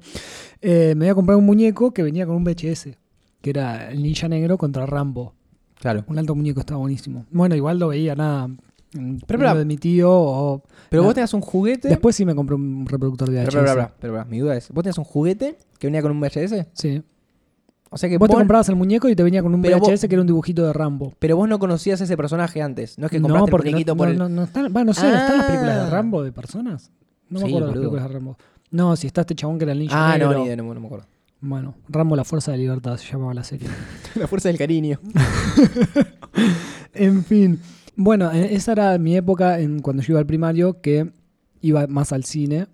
[SPEAKER 1] Eh, me había comprado un muñeco que venía con un VHS, que era el ninja negro contra Rambo.
[SPEAKER 2] Claro.
[SPEAKER 1] Un alto muñeco estaba buenísimo. Bueno, igual lo veía nada. mm,
[SPEAKER 2] Pero, pero-
[SPEAKER 1] lo de mi tío o.
[SPEAKER 2] Pero
[SPEAKER 1] La-
[SPEAKER 2] vos tenías un juguete.
[SPEAKER 1] Después sí me compré un reproductor de
[SPEAKER 2] Pero,
[SPEAKER 1] VHS.
[SPEAKER 2] pero, pero, pero, pero, mi duda es: ¿vos tenías un juguete que venía con un VHS?
[SPEAKER 1] Sí.
[SPEAKER 2] O sea que
[SPEAKER 1] Vos te
[SPEAKER 2] vos-
[SPEAKER 1] comprabas el muñeco y te venía con un
[SPEAKER 2] Pero vos-
[SPEAKER 1] VHS que era un dibujito de Rambo.
[SPEAKER 2] Pero vos no conocías ese personaje antes. No es que compraste el muñequito
[SPEAKER 1] no,
[SPEAKER 2] por
[SPEAKER 1] no,
[SPEAKER 2] el.
[SPEAKER 1] no, no están, va, no sé, ¿están las películas de
[SPEAKER 2] Ah.
[SPEAKER 1] Rambo de personas? No me acuerdo de
[SPEAKER 2] Sí,
[SPEAKER 1] las
[SPEAKER 2] boludo.
[SPEAKER 1] películas de Rambo. No, si está este chabón que era el ninja
[SPEAKER 2] ah, no,
[SPEAKER 1] negro.
[SPEAKER 2] ni idea, no, no me acuerdo. [laughs]
[SPEAKER 1] Bueno, Rambo la fuerza de la libertad se llamaba la serie.
[SPEAKER 2] La fuerza del cariño.
[SPEAKER 1] en fin. Bueno, eh, esa era mi época en, cuando yo iba al primario, que iba más al cine.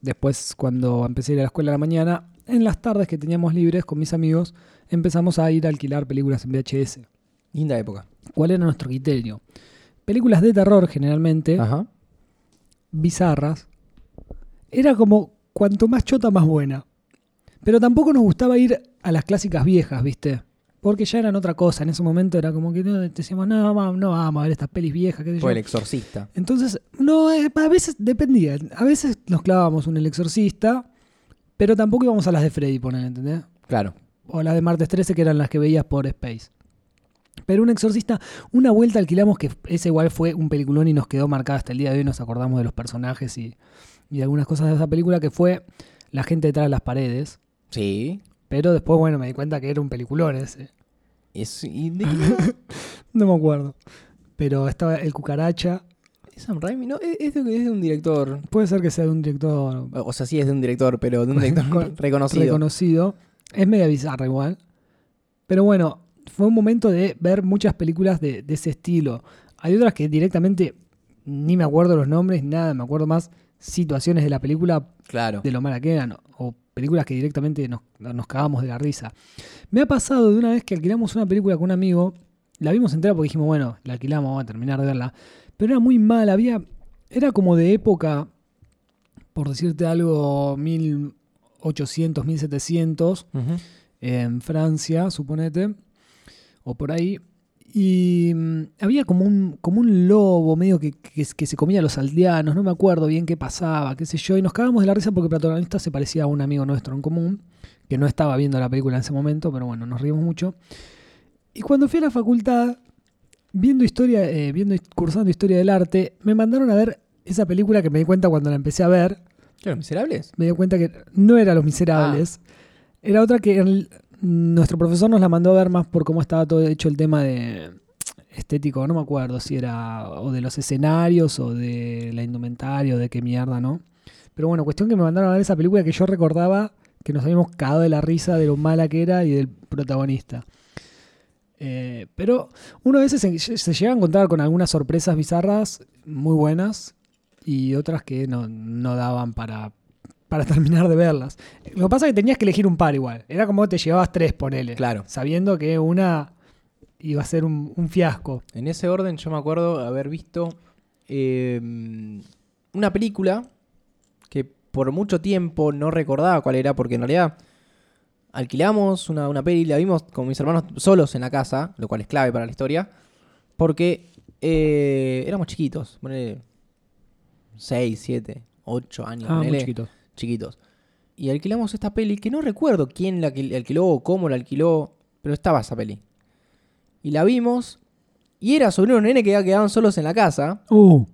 [SPEAKER 1] Después, cuando empecé a ir a la escuela a la mañana, en las tardes que teníamos libres con mis amigos, empezamos a ir a alquilar películas en VHS.
[SPEAKER 2] Linda época.
[SPEAKER 1] ¿Cuál era nuestro criterio? Películas de terror generalmente,
[SPEAKER 2] Ajá.
[SPEAKER 1] bizarras. Era como cuanto más chota, más buena. Pero tampoco nos gustaba ir a las clásicas viejas, ¿viste? Porque ya eran otra cosa. En ese momento era como que no, decíamos, no, vamos, no vamos a ver estas pelis viejas, qué sé yo.
[SPEAKER 2] O el exorcista.
[SPEAKER 1] Entonces, no, eh, a veces dependía. A veces nos clavábamos un El Exorcista, pero tampoco íbamos a las de Freddy, poner, ¿entendés?
[SPEAKER 2] Claro.
[SPEAKER 1] O las de martes 13, que eran las que veías por Space. Pero un exorcista, una vuelta alquilamos que ese igual fue un peliculón y nos quedó marcada hasta el día de hoy. Nos acordamos de los personajes y, y de algunas cosas de esa película que fue la gente detrás de las paredes.
[SPEAKER 2] Sí.
[SPEAKER 1] Pero después, bueno, me di cuenta que era un peliculón ese.
[SPEAKER 2] Es, ¿y de qué?
[SPEAKER 1] No me acuerdo. Pero estaba el cucaracha.
[SPEAKER 2] ¿Es [coughs] Sam Raimi? No, es, es de, es de un director.
[SPEAKER 1] Puede ser que sea de un director
[SPEAKER 2] O o sea, sí es de un director, pero de un director
[SPEAKER 1] Con-
[SPEAKER 2] reconocido.
[SPEAKER 1] reconocido. Es media bizarra igual. Pero bueno, fue un momento de ver muchas películas de, de ese estilo. Hay otras que directamente ni me acuerdo los nombres, nada, me acuerdo más situaciones de la película
[SPEAKER 2] claro.
[SPEAKER 1] de lo mala que eran, o películas que directamente nos, nos cagamos de la risa. Me ha pasado de una vez que alquilamos una película con un amigo, la vimos entera porque dijimos, bueno, la alquilamos, vamos a terminar de verla, pero era muy mala, había, era como de época, por decirte algo, 1800, 1700,
[SPEAKER 2] Ujú.
[SPEAKER 1] en Francia, suponete, o por ahí. Y mm, había como un, como un lobo medio que, que- que se comía a los aldeanos, no me acuerdo bien qué pasaba, qué sé yo, y nos cagamos de la risa porque el protagonista se parecía a un amigo nuestro en común, que no estaba viendo la película en ese momento, pero bueno, nos reímos mucho. Y cuando fui a la facultad, viendo historia, eh, viendo, cursando historia del arte, me mandaron a ver esa película que me di cuenta cuando la empecé a ver,
[SPEAKER 2] Claro, miserables.
[SPEAKER 1] me di cuenta que no era Los Miserables. Era otra que el- nuestro profesor nos la mandó a ver más por cómo estaba todo hecho el tema de estético, no me acuerdo si era o de los escenarios o de la indumentaria o de qué mierda, ¿no? Pero bueno, cuestión que me mandaron a ver esa película que yo recordaba que nos habíamos cagado de la risa de lo mala que era y del protagonista. Eh, pero uno a veces se, se llega a encontrar con algunas sorpresas bizarras muy buenas y otras que no, no daban para, para [laughs] terminar de verlas. Lo que pasa es que tenías que elegir un par igual. Era como te llevabas tres, ponele.
[SPEAKER 2] Claro.
[SPEAKER 1] Sabiendo que una iba a ser un, un fiasco.
[SPEAKER 2] En ese orden yo me acuerdo haber visto eh, una película que por mucho tiempo no recordaba cuál era, porque en realidad alquilamos una, una peli, la vimos con mis hermanos solos en la casa, lo cual es clave para la historia, porque eh, éramos chiquitos, ponele 6, 7, 8 años,
[SPEAKER 1] Ah, muy
[SPEAKER 2] ponele,
[SPEAKER 1] chiquito.
[SPEAKER 2] chiquitos. Y alquilamos esta peli, que no recuerdo quién la alquil- alquiló o cómo la alquiló, pero estaba esa peli. Y la vimos, y era sobre unos nenes que ya quedaban solos en la casa,
[SPEAKER 1] Uh,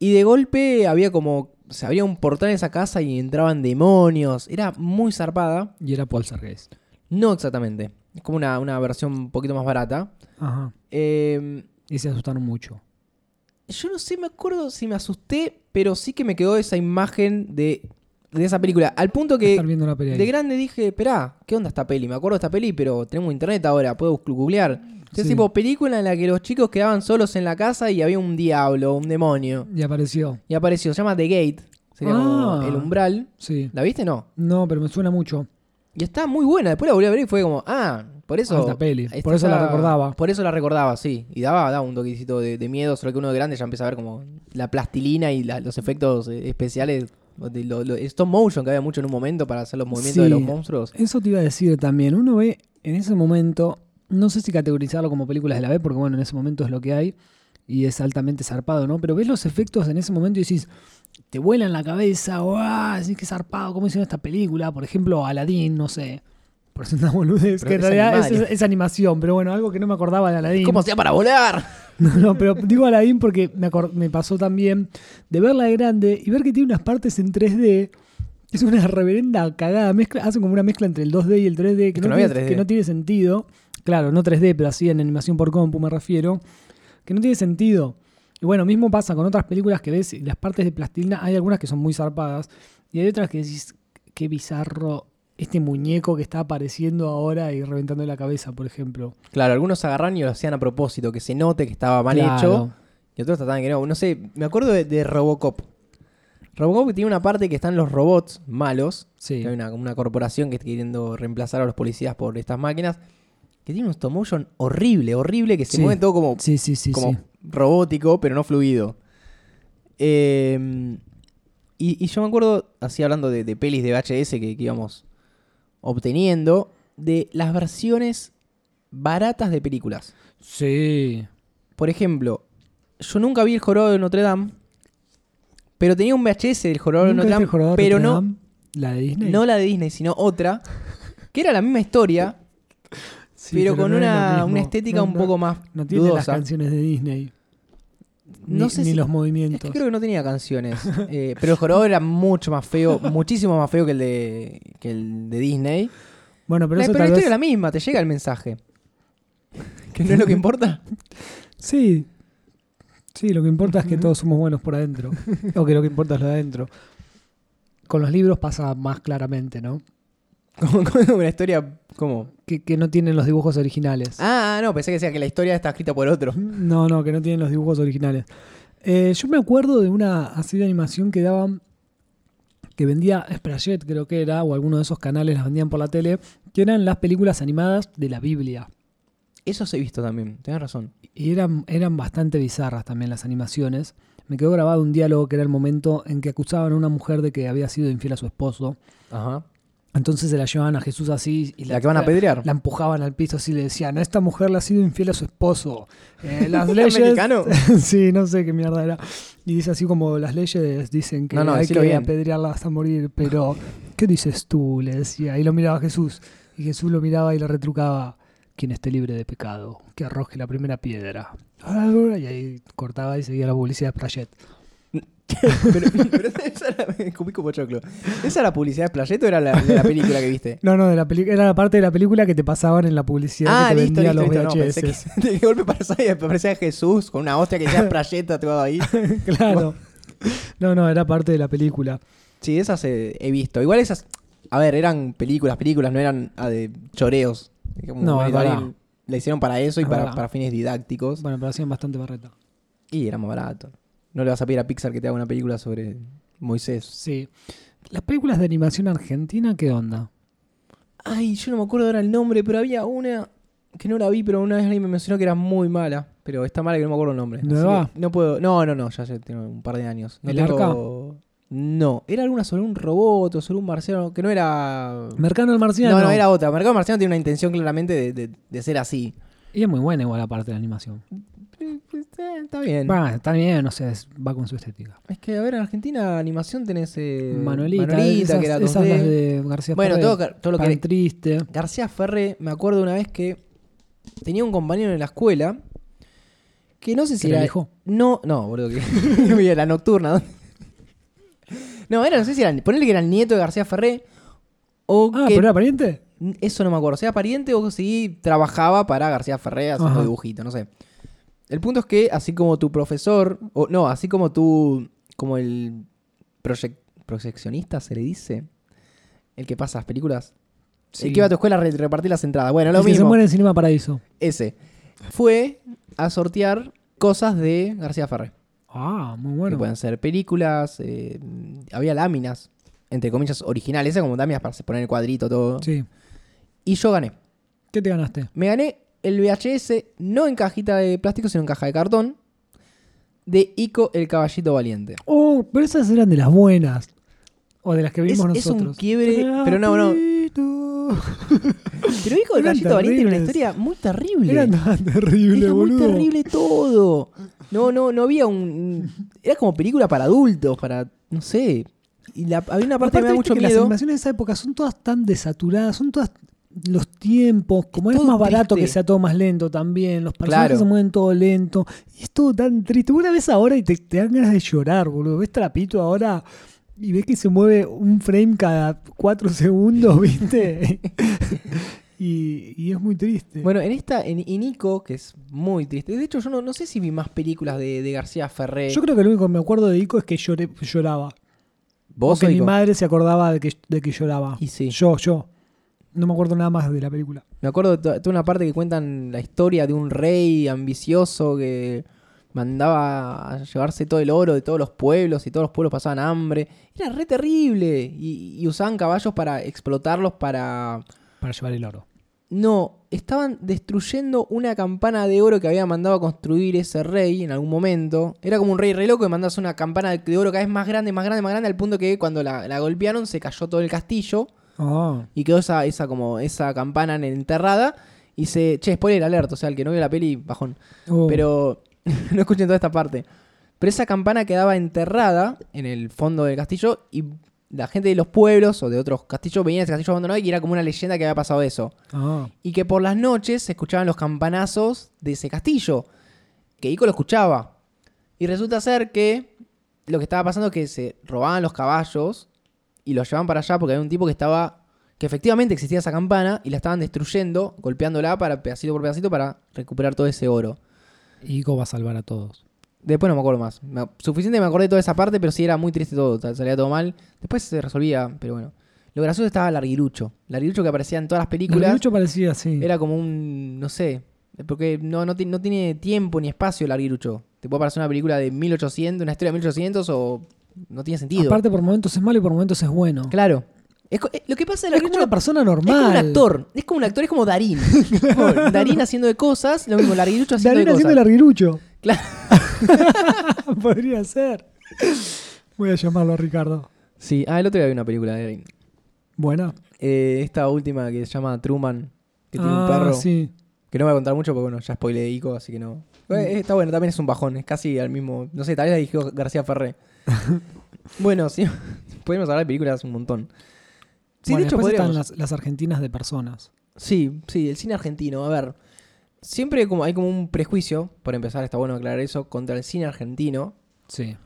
[SPEAKER 2] y de golpe había como, se abría un portal en esa casa y entraban demonios, era muy zarpada.
[SPEAKER 1] y era Poltergeist.
[SPEAKER 2] No exactamente, es como una, una versión un poquito más barata.
[SPEAKER 1] Ajá.
[SPEAKER 2] Eh,
[SPEAKER 1] Y se asustaron mucho.
[SPEAKER 2] yo no sé, me acuerdo si me asusté, pero sí que me quedó esa imagen de, de esa película, al punto que...
[SPEAKER 1] Estar viendo una pelea.
[SPEAKER 2] De
[SPEAKER 1] ahí.
[SPEAKER 2] grande dije, esperá, ¿qué onda esta peli? Me acuerdo de esta peli, pero tenemos internet ahora, puedo googlear. Es
[SPEAKER 1] Sí.
[SPEAKER 2] tipo película en la que los chicos quedaban solos en la casa y había un diablo, un demonio.
[SPEAKER 1] Y apareció.
[SPEAKER 2] Y apareció, se llama The Gate, sería como
[SPEAKER 1] Ah.
[SPEAKER 2] el umbral.
[SPEAKER 1] Sí.
[SPEAKER 2] ¿La viste? No.
[SPEAKER 1] No, pero me suena mucho.
[SPEAKER 2] Y está muy buena, después la volví a ver y fue como, ah, por eso...
[SPEAKER 1] Ah, esta peli.
[SPEAKER 2] esta
[SPEAKER 1] Por eso la
[SPEAKER 2] está-
[SPEAKER 1] recordaba.
[SPEAKER 2] Por eso la recordaba, sí. Y daba, daba un toquecito de, de miedo, solo que uno de grande ya empieza a ver como la plastilina y la- los efectos eh, especiales, de lo, lo- stop motion que había mucho en un momento para hacer los movimientos de
[SPEAKER 1] Sí.
[SPEAKER 2] los monstruos.
[SPEAKER 1] Eso te iba a decir también. Uno ve en ese momento, no sé si categorizarlo como películas de la B, porque bueno, en ese momento es lo que hay y es altamente zarpado, ¿no? Pero ves los efectos en ese momento y decís, te vuelan la cabeza, ¡guau! Decís que zarpado, ¿cómo hicieron esta película? Por ejemplo, Aladdin, no sé. Por [laughs] eso es una boludez,
[SPEAKER 2] Pero
[SPEAKER 1] que en
[SPEAKER 2] es
[SPEAKER 1] realidad es,
[SPEAKER 2] animal.
[SPEAKER 1] es animación, pero bueno, algo que no me acordaba de Aladdin.
[SPEAKER 2] ¿Cómo sea para volar?
[SPEAKER 1] [laughs] No, no, pero digo Aladdin porque me, acor- me pasó también de verla de grande y ver que tiene unas partes en 3D. Es una reverenda cagada. Mezcla, hacen como una mezcla entre el 2D y el 3D que,
[SPEAKER 2] que
[SPEAKER 1] no,
[SPEAKER 2] no había
[SPEAKER 1] tiene,
[SPEAKER 2] 3D.
[SPEAKER 1] que no tiene sentido. Claro, no 3D, pero así en animación por compu me refiero. Que no tiene sentido. Y bueno, mismo pasa con otras películas que ves, y las partes de plastilina, hay algunas que son muy zarpadas y hay otras que decís, qué bizarro este muñeco que está apareciendo ahora y reventando la cabeza, por ejemplo.
[SPEAKER 2] Claro, algunos agarran y lo hacían a propósito, que se note que estaba mal
[SPEAKER 1] Claro.
[SPEAKER 2] hecho. Y otros trataban que no. No sé, me acuerdo de, de Robocop. Robocop tiene una parte que están los robots malos.
[SPEAKER 1] Sí.
[SPEAKER 2] que hay una, una corporación que está queriendo reemplazar a los policías por estas máquinas. Que tiene un stop motion horrible, horrible, que se
[SPEAKER 1] Sí.
[SPEAKER 2] mueve todo como,
[SPEAKER 1] Sí, sí, sí,
[SPEAKER 2] como
[SPEAKER 1] sí.
[SPEAKER 2] robótico, pero no fluido. Eh, y, y yo me acuerdo, así hablando de, de pelis de VHS que, que íbamos obteniendo, de las versiones baratas de películas.
[SPEAKER 1] Sí.
[SPEAKER 2] Por ejemplo, yo nunca vi el jorobado de Notre Dame, pero tenía un VHS del jorobado de
[SPEAKER 1] ¿Nunca
[SPEAKER 2] Notre
[SPEAKER 1] viste
[SPEAKER 2] Dame,
[SPEAKER 1] el Jorobado de
[SPEAKER 2] pero
[SPEAKER 1] Notre
[SPEAKER 2] no,
[SPEAKER 1] Dame? ¿La de Disney?
[SPEAKER 2] no la de Disney, sino otra, que era la misma historia,
[SPEAKER 1] Sí,
[SPEAKER 2] pero, con
[SPEAKER 1] no es lo
[SPEAKER 2] una,
[SPEAKER 1] mismo.
[SPEAKER 2] una estética
[SPEAKER 1] No,
[SPEAKER 2] un
[SPEAKER 1] no-
[SPEAKER 2] poco más
[SPEAKER 1] No tiene las
[SPEAKER 2] dudosa.
[SPEAKER 1] canciones de Disney.
[SPEAKER 2] No
[SPEAKER 1] ni,
[SPEAKER 2] sé
[SPEAKER 1] ni
[SPEAKER 2] si-
[SPEAKER 1] los
[SPEAKER 2] Es
[SPEAKER 1] movimientos.
[SPEAKER 2] que creo que no tenía [laughs] canciones. eh, pero el jorobado era mucho más feo, muchísimo más feo que el de, que el de Disney.
[SPEAKER 1] Bueno, pero
[SPEAKER 2] la,
[SPEAKER 1] eso
[SPEAKER 2] pero la
[SPEAKER 1] tal
[SPEAKER 2] historia
[SPEAKER 1] vez...
[SPEAKER 2] es la misma, te llega el mensaje. [laughs] Que no es lo que importa.
[SPEAKER 1] Sí. Sí, lo que importa es que
[SPEAKER 2] Ujú.
[SPEAKER 1] todos somos buenos por adentro. o que lo que importa es lo de adentro. Con los libros pasa más claramente, ¿no?
[SPEAKER 2] [laughs] Como, como una historia como...
[SPEAKER 1] Que, que no tienen los dibujos originales.
[SPEAKER 2] Ah, no, pensé que decía que la historia está escrita por otro.
[SPEAKER 1] No, no, que no tienen los dibujos originales. Eh, yo me acuerdo de una así de animación que daban, que vendía Sprayet, creo que era, o alguno de esos canales las vendían por la tele, que eran las películas animadas de la Biblia.
[SPEAKER 2] Eso se he visto también, tenés razón.
[SPEAKER 1] Y eran, eran bastante bizarras también las animaciones. Me quedó grabado un diálogo que era el momento en que acusaban a una mujer de que había sido infiel a su esposo.
[SPEAKER 2] Ajá.
[SPEAKER 1] Entonces se la llevaban a Jesús así y
[SPEAKER 2] La que van a pedrear.
[SPEAKER 1] la empujaban al piso así y le decían, esta mujer le ha sido infiel a su esposo. Eh,
[SPEAKER 2] [laughs]
[SPEAKER 1] las leyes...
[SPEAKER 2] ¿Americano?
[SPEAKER 1] [laughs] sí, no sé qué mierda era. Y dice así como las leyes dicen que
[SPEAKER 2] No, no,
[SPEAKER 1] hay que
[SPEAKER 2] decilo bien.
[SPEAKER 1] apedrearla hasta morir, pero ¿qué dices tú? Le decía. Y lo miraba Jesús. Y Jesús lo miraba y le retrucaba, quien esté libre de pecado, que arroje la primera piedra. Y ahí cortaba y seguía la publicidad de Prayet.
[SPEAKER 2] pero, pero esa era, [laughs] Cubí como choclo. ¿Esa era la publicidad de Playet o era la, de la película que viste?
[SPEAKER 1] No, no, de la peli- era la parte de la película que te pasaban en la publicidad
[SPEAKER 2] Ah,
[SPEAKER 1] que te vendía los
[SPEAKER 2] No, pensé
[SPEAKER 1] VHS.
[SPEAKER 2] que [laughs] de golpe pasaba y aparecía Jesús con una hostia
[SPEAKER 1] [laughs]
[SPEAKER 2] que decía Playet tatuado ahí. [laughs]
[SPEAKER 1] Claro. No, no, era parte de la película.
[SPEAKER 2] Sí, esas eh, he visto. Igual esas, a ver, eran películas, películas, no eran ah, de choreos. Como
[SPEAKER 1] No,
[SPEAKER 2] que
[SPEAKER 1] es
[SPEAKER 2] igual
[SPEAKER 1] verdad.
[SPEAKER 2] La hicieron para eso y
[SPEAKER 1] Es
[SPEAKER 2] para,
[SPEAKER 1] verdad.
[SPEAKER 2] para fines didácticos.
[SPEAKER 1] Bueno, pero hacían bastante barreta.
[SPEAKER 2] Y era más barato. No le vas a pedir a Pixar que te haga una película sobre Moisés.
[SPEAKER 1] Sí. Las películas de animación argentina, ¿qué onda?
[SPEAKER 2] Ay, yo no me acuerdo ahora el nombre, pero había una que no la vi, pero una vez alguien me mencionó que era muy mala. Pero está mala que no me acuerdo el nombre. Así
[SPEAKER 1] ¿Nueva?
[SPEAKER 2] que No puedo. No, no, no, ya, ya tengo un par de años. No
[SPEAKER 1] ¿El
[SPEAKER 2] tengo- No, era alguna sobre un robot o sobre un marciano que no era.
[SPEAKER 1] Mercano el Marciano.
[SPEAKER 2] No, no, era otra. Mercado Marciano tiene una intención claramente de, de- de ser así.
[SPEAKER 1] Y es muy buena igual la parte de la animación.
[SPEAKER 2] Eh, pues, eh, Está bien.
[SPEAKER 1] Va, está bien, no sé, es- va con su estética.
[SPEAKER 2] Es que, a ver, en Argentina animación tenés. eh,
[SPEAKER 1] Manuelita, esas,
[SPEAKER 2] que era
[SPEAKER 1] esas
[SPEAKER 2] 2D.
[SPEAKER 1] las de García
[SPEAKER 2] Bueno,
[SPEAKER 1] Ferrer,
[SPEAKER 2] todo, que- todo lo
[SPEAKER 1] Pan
[SPEAKER 2] que.
[SPEAKER 1] triste.
[SPEAKER 2] García Ferre, me acuerdo una vez que tenía un compañero en la escuela que no sé si
[SPEAKER 1] ¿Que era
[SPEAKER 2] era.
[SPEAKER 1] hijo?
[SPEAKER 2] No, no, boludo, que. [laughs] Mira, la nocturna. ¿dónde? No, era, no sé si era. Ponele que era el nieto de García Ferré. O
[SPEAKER 1] Ah,
[SPEAKER 2] que
[SPEAKER 1] pero era pariente.
[SPEAKER 2] Eso no me acuerdo. Sea pariente o si trabajaba para García Ferré haciendo
[SPEAKER 1] Ajá.
[SPEAKER 2] dibujito, no sé. El punto es que, así como tu profesor, o no, así como tu. como el proyec- proyeccionista se le dice. El que pasa las películas.
[SPEAKER 1] Sí.
[SPEAKER 2] El que iba a tu escuela a re- repartir las entradas. Bueno, lo
[SPEAKER 1] El que se
[SPEAKER 2] mismo.
[SPEAKER 1] muere en Cinema Paraíso.
[SPEAKER 2] Ese. Fue a sortear cosas de García Ferré.
[SPEAKER 1] Ah, muy
[SPEAKER 2] Que
[SPEAKER 1] bueno.
[SPEAKER 2] pueden ser películas. eh, había láminas, entre comillas, originales. Esas como láminas para poner el cuadrito, todo.
[SPEAKER 1] Sí.
[SPEAKER 2] Y yo gané.
[SPEAKER 1] ¿Qué te ganaste?
[SPEAKER 2] Me gané el VHS, no en cajita de plástico, sino en caja de cartón, de Ico el
[SPEAKER 1] [gasps]
[SPEAKER 2] Caballito Valiente.
[SPEAKER 1] Oh, pero esas eran de las buenas. O de las que
[SPEAKER 2] Es,
[SPEAKER 1] vimos
[SPEAKER 2] es
[SPEAKER 1] nosotros.
[SPEAKER 2] un quiebre, pero no, no.
[SPEAKER 1] Trapito.
[SPEAKER 2] Pero Ico el
[SPEAKER 1] Eran
[SPEAKER 2] Caballito Valiente era una
[SPEAKER 1] terribles.
[SPEAKER 2] historia muy terrible.
[SPEAKER 1] Era [laughs] tan terrible,
[SPEAKER 2] era muy
[SPEAKER 1] boludo.
[SPEAKER 2] terrible todo. No, no, no había un... Era como película para adultos, para... no sé. Y la- había una parte que me da
[SPEAKER 1] viste
[SPEAKER 2] mucho
[SPEAKER 1] que Las
[SPEAKER 2] miedo.
[SPEAKER 1] animaciones de esa época son todas tan desaturadas, son todas los tiempos, como
[SPEAKER 2] Es
[SPEAKER 1] es,
[SPEAKER 2] todo
[SPEAKER 1] más barato
[SPEAKER 2] triste.
[SPEAKER 1] que sea todo más lento también, los personajes
[SPEAKER 2] Claro.
[SPEAKER 1] se mueven todo lento, y es todo tan triste. Vos la ves ahora y te, te dan ganas de llorar, boludo. Ves Trapito ahora y ves que se mueve un frame cada cuatro [laughs] segundos,
[SPEAKER 2] [laughs]
[SPEAKER 1] ¿viste? y, y es muy triste.
[SPEAKER 2] Bueno, en esta, en Inico, que es muy triste. De hecho, yo no, no sé si vi más películas de, de García Ferré.
[SPEAKER 1] Yo creo que lo único que me acuerdo de Ico es que lloré, lloraba.
[SPEAKER 2] ¿Vos
[SPEAKER 1] Porque
[SPEAKER 2] o
[SPEAKER 1] mi
[SPEAKER 2] Ico?
[SPEAKER 1] madre se acordaba de que, de que lloraba.
[SPEAKER 2] Y sí.
[SPEAKER 1] Yo, yo. No me acuerdo nada más de la película.
[SPEAKER 2] Me acuerdo de to- toda una parte que cuentan la historia de un rey ambicioso que mandaba a llevarse todo el oro de todos los pueblos y todos los pueblos pasaban hambre. Era re terrible. Y, y usaban caballos para explotarlos para...
[SPEAKER 1] Para llevar el oro.
[SPEAKER 2] No, estaban destruyendo una campana de oro que había mandado a construir ese rey en algún momento. Era como un rey re loco que mandase una campana de- de oro cada vez más grande, más grande, más grande, al punto que cuando la- la golpearon se cayó todo el castillo.
[SPEAKER 1] Ah,
[SPEAKER 2] Y quedó esa, esa como esa campana en- enterrada. Y se. Che, spoiler alert, o sea, el que no vio la peli, bajón.
[SPEAKER 1] oh,
[SPEAKER 2] Pero. [laughs] no escuchen toda esta parte. Pero esa campana quedaba enterrada en el fondo del castillo. Y la gente de los pueblos o de otros castillos venía a ese castillo abandonado y era como una leyenda que había pasado eso.
[SPEAKER 1] ah.
[SPEAKER 2] Y que por las noches se escuchaban los campanazos de ese castillo. Que Ico lo escuchaba. Y resulta ser que lo que estaba pasando es que se robaban los caballos y los llevaban para allá porque había un tipo que estaba. que efectivamente existía esa campana y la estaban destruyendo, golpeándola para pedacito por pedacito para recuperar todo ese oro.
[SPEAKER 1] Y Ico va a salvar a todos.
[SPEAKER 2] Después no me acuerdo más. Me- suficiente me acordé de toda esa parte, pero sí era muy triste todo, tal- salía todo mal. Después se resolvía, pero bueno. Lo gracioso estaba Larguirucho. Larguirucho que aparecía en todas las películas.
[SPEAKER 1] Larguirucho parecía así.
[SPEAKER 2] Era como un. no sé. Porque no, no, ti- no tiene tiempo ni espacio Larguirucho. Te puede aparecer una película de 1800, una historia de 1800 o. no tiene sentido.
[SPEAKER 1] Aparte, por momentos es malo y por momentos es bueno.
[SPEAKER 2] claro. Es co- eh, lo que pasa de
[SPEAKER 1] Es como
[SPEAKER 2] Larguirucho.
[SPEAKER 1] una persona
[SPEAKER 2] es como
[SPEAKER 1] normal.
[SPEAKER 2] un actor. Es como un actor, es
[SPEAKER 1] [laughs]
[SPEAKER 2] como Darín. Como Darín haciendo de cosas, lo mismo, Larguirucho haciendo
[SPEAKER 1] Darín
[SPEAKER 2] de
[SPEAKER 1] haciendo
[SPEAKER 2] cosas.
[SPEAKER 1] el larguirucho.
[SPEAKER 2] Claro.
[SPEAKER 1] [laughs] Podría ser. Voy a llamarlo a Ricardo.
[SPEAKER 2] Sí, ah, el otro día vi una película de Darín.
[SPEAKER 1] Buena.
[SPEAKER 2] Eh, esta última que se llama Truman, que tiene
[SPEAKER 1] Ah,
[SPEAKER 2] un perro.
[SPEAKER 1] Sí.
[SPEAKER 2] Que no voy a contar mucho porque, bueno, ya spoileé Ico, así que no. Eh, está bueno, también es un bajón, es casi al mismo. No sé, tal vez la dirigió García Ferré. bueno, sí, [laughs] podemos hablar de películas un montón. Sí,
[SPEAKER 1] Bueno,
[SPEAKER 2] de hecho,
[SPEAKER 1] después
[SPEAKER 2] podríamos.
[SPEAKER 1] están las, las argentinas de personas.
[SPEAKER 2] Sí, sí, el cine argentino, a ver. Siempre como, hay como un prejuicio, por empezar, está bueno aclarar eso, contra el cine argentino.
[SPEAKER 1] Sí.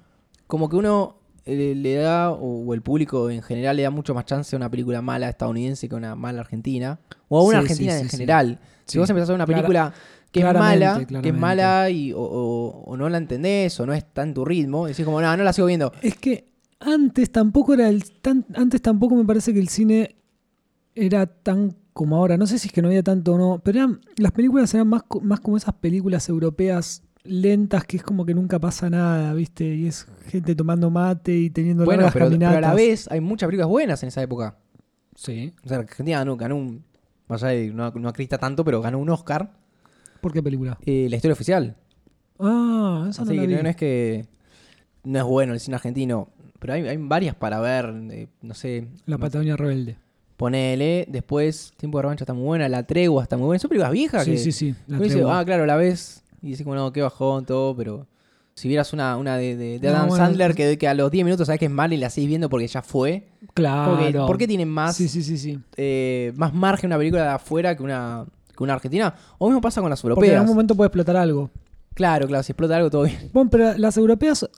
[SPEAKER 2] Como que uno eh, le da, o, o el público en general le da mucho más chance a una película mala estadounidense que a una mala argentina. O a una
[SPEAKER 1] Sí, sí,
[SPEAKER 2] argentina
[SPEAKER 1] sí,
[SPEAKER 2] en
[SPEAKER 1] sí.
[SPEAKER 2] general. Si
[SPEAKER 1] Sí.
[SPEAKER 2] vos empezás a ver una
[SPEAKER 1] Clara-
[SPEAKER 2] película que es
[SPEAKER 1] claramente,
[SPEAKER 2] mala, que es
[SPEAKER 1] claramente.
[SPEAKER 2] mala y, o, o- o no la entendés, o no es tan tu ritmo, decís como, no, no la sigo viendo.
[SPEAKER 1] Es que antes tampoco era el tan, antes tampoco me parece que el cine era tan como ahora. No sé si es que no había tanto o no, pero eran, las películas eran más, co- más como esas películas europeas lentas que es como que nunca pasa nada, ¿viste? Y es gente tomando mate y teniendo
[SPEAKER 2] Bueno,
[SPEAKER 1] largas
[SPEAKER 2] pero, pero
[SPEAKER 1] caminatas.
[SPEAKER 2] a la vez hay muchas películas buenas en esa época.
[SPEAKER 1] Sí.
[SPEAKER 2] O sea, Argentina ganó, ganó un. Más allá de no, no acrista tanto, pero ganó un Oscar.
[SPEAKER 1] ¿Por qué película?
[SPEAKER 2] eh, la historia oficial.
[SPEAKER 1] Ah, esa
[SPEAKER 2] Así
[SPEAKER 1] no la
[SPEAKER 2] que
[SPEAKER 1] vi.
[SPEAKER 2] no, no es que no es bueno el cine argentino, pero hay, hay varias para ver, eh, no sé,
[SPEAKER 1] La Patagonia Rebelde.
[SPEAKER 2] ponele, después Tiempo de Revancha está muy buena, La Tregua está muy buena, son películas viejas
[SPEAKER 1] Sí,
[SPEAKER 2] que
[SPEAKER 1] sí, sí. la
[SPEAKER 2] uno dice,
[SPEAKER 1] Tregua.
[SPEAKER 2] ah, claro, la ves y dices como, no, qué bajón, todo, pero si vieras una, una de, de- de
[SPEAKER 1] No,
[SPEAKER 2] Adam
[SPEAKER 1] bueno,
[SPEAKER 2] Sandler
[SPEAKER 1] es-
[SPEAKER 2] que, que a los 10 minutos sabes que es mala y la seguís viendo porque ya fue,
[SPEAKER 1] claro.
[SPEAKER 2] porque, ¿por qué tienen más,
[SPEAKER 1] Sí, sí, sí, sí.
[SPEAKER 2] eh, más margen una película de afuera que una, que una argentina? O mismo pasa con las
[SPEAKER 1] Porque en
[SPEAKER 2] europeas.
[SPEAKER 1] algún momento puede explotar algo.
[SPEAKER 2] Claro, claro, si explota algo todo bien. [laughs]
[SPEAKER 1] Bueno, pero las europeas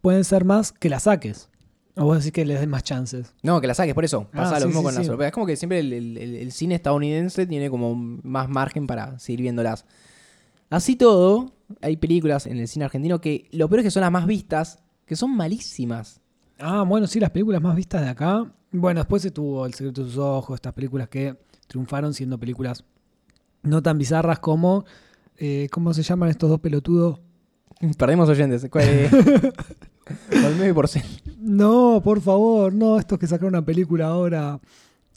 [SPEAKER 1] pueden ser más que las saques. O vos decís que les des más chances.
[SPEAKER 2] No, que la saques, por eso.
[SPEAKER 1] Ah,
[SPEAKER 2] Pasa
[SPEAKER 1] sí,
[SPEAKER 2] lo mismo
[SPEAKER 1] sí,
[SPEAKER 2] con las
[SPEAKER 1] sí.
[SPEAKER 2] europeas. Es como que siempre el, el- el- el cine estadounidense tiene como más margen para seguir viéndolas. Así todo, hay películas en el cine argentino que lo peor es que son las más vistas, que son malísimas.
[SPEAKER 1] Ah, bueno, sí, las películas más vistas de acá. Bueno, después estuvo El secreto de sus ojos, estas películas que triunfaron siendo películas no tan bizarras como. eh, ¿Cómo se llaman estos dos pelotudos?
[SPEAKER 2] Perdemos oyentes. ¿Cuál [laughs] es? Olmedo y Porcel.
[SPEAKER 1] No, por favor, no, estos que sacaron una película ahora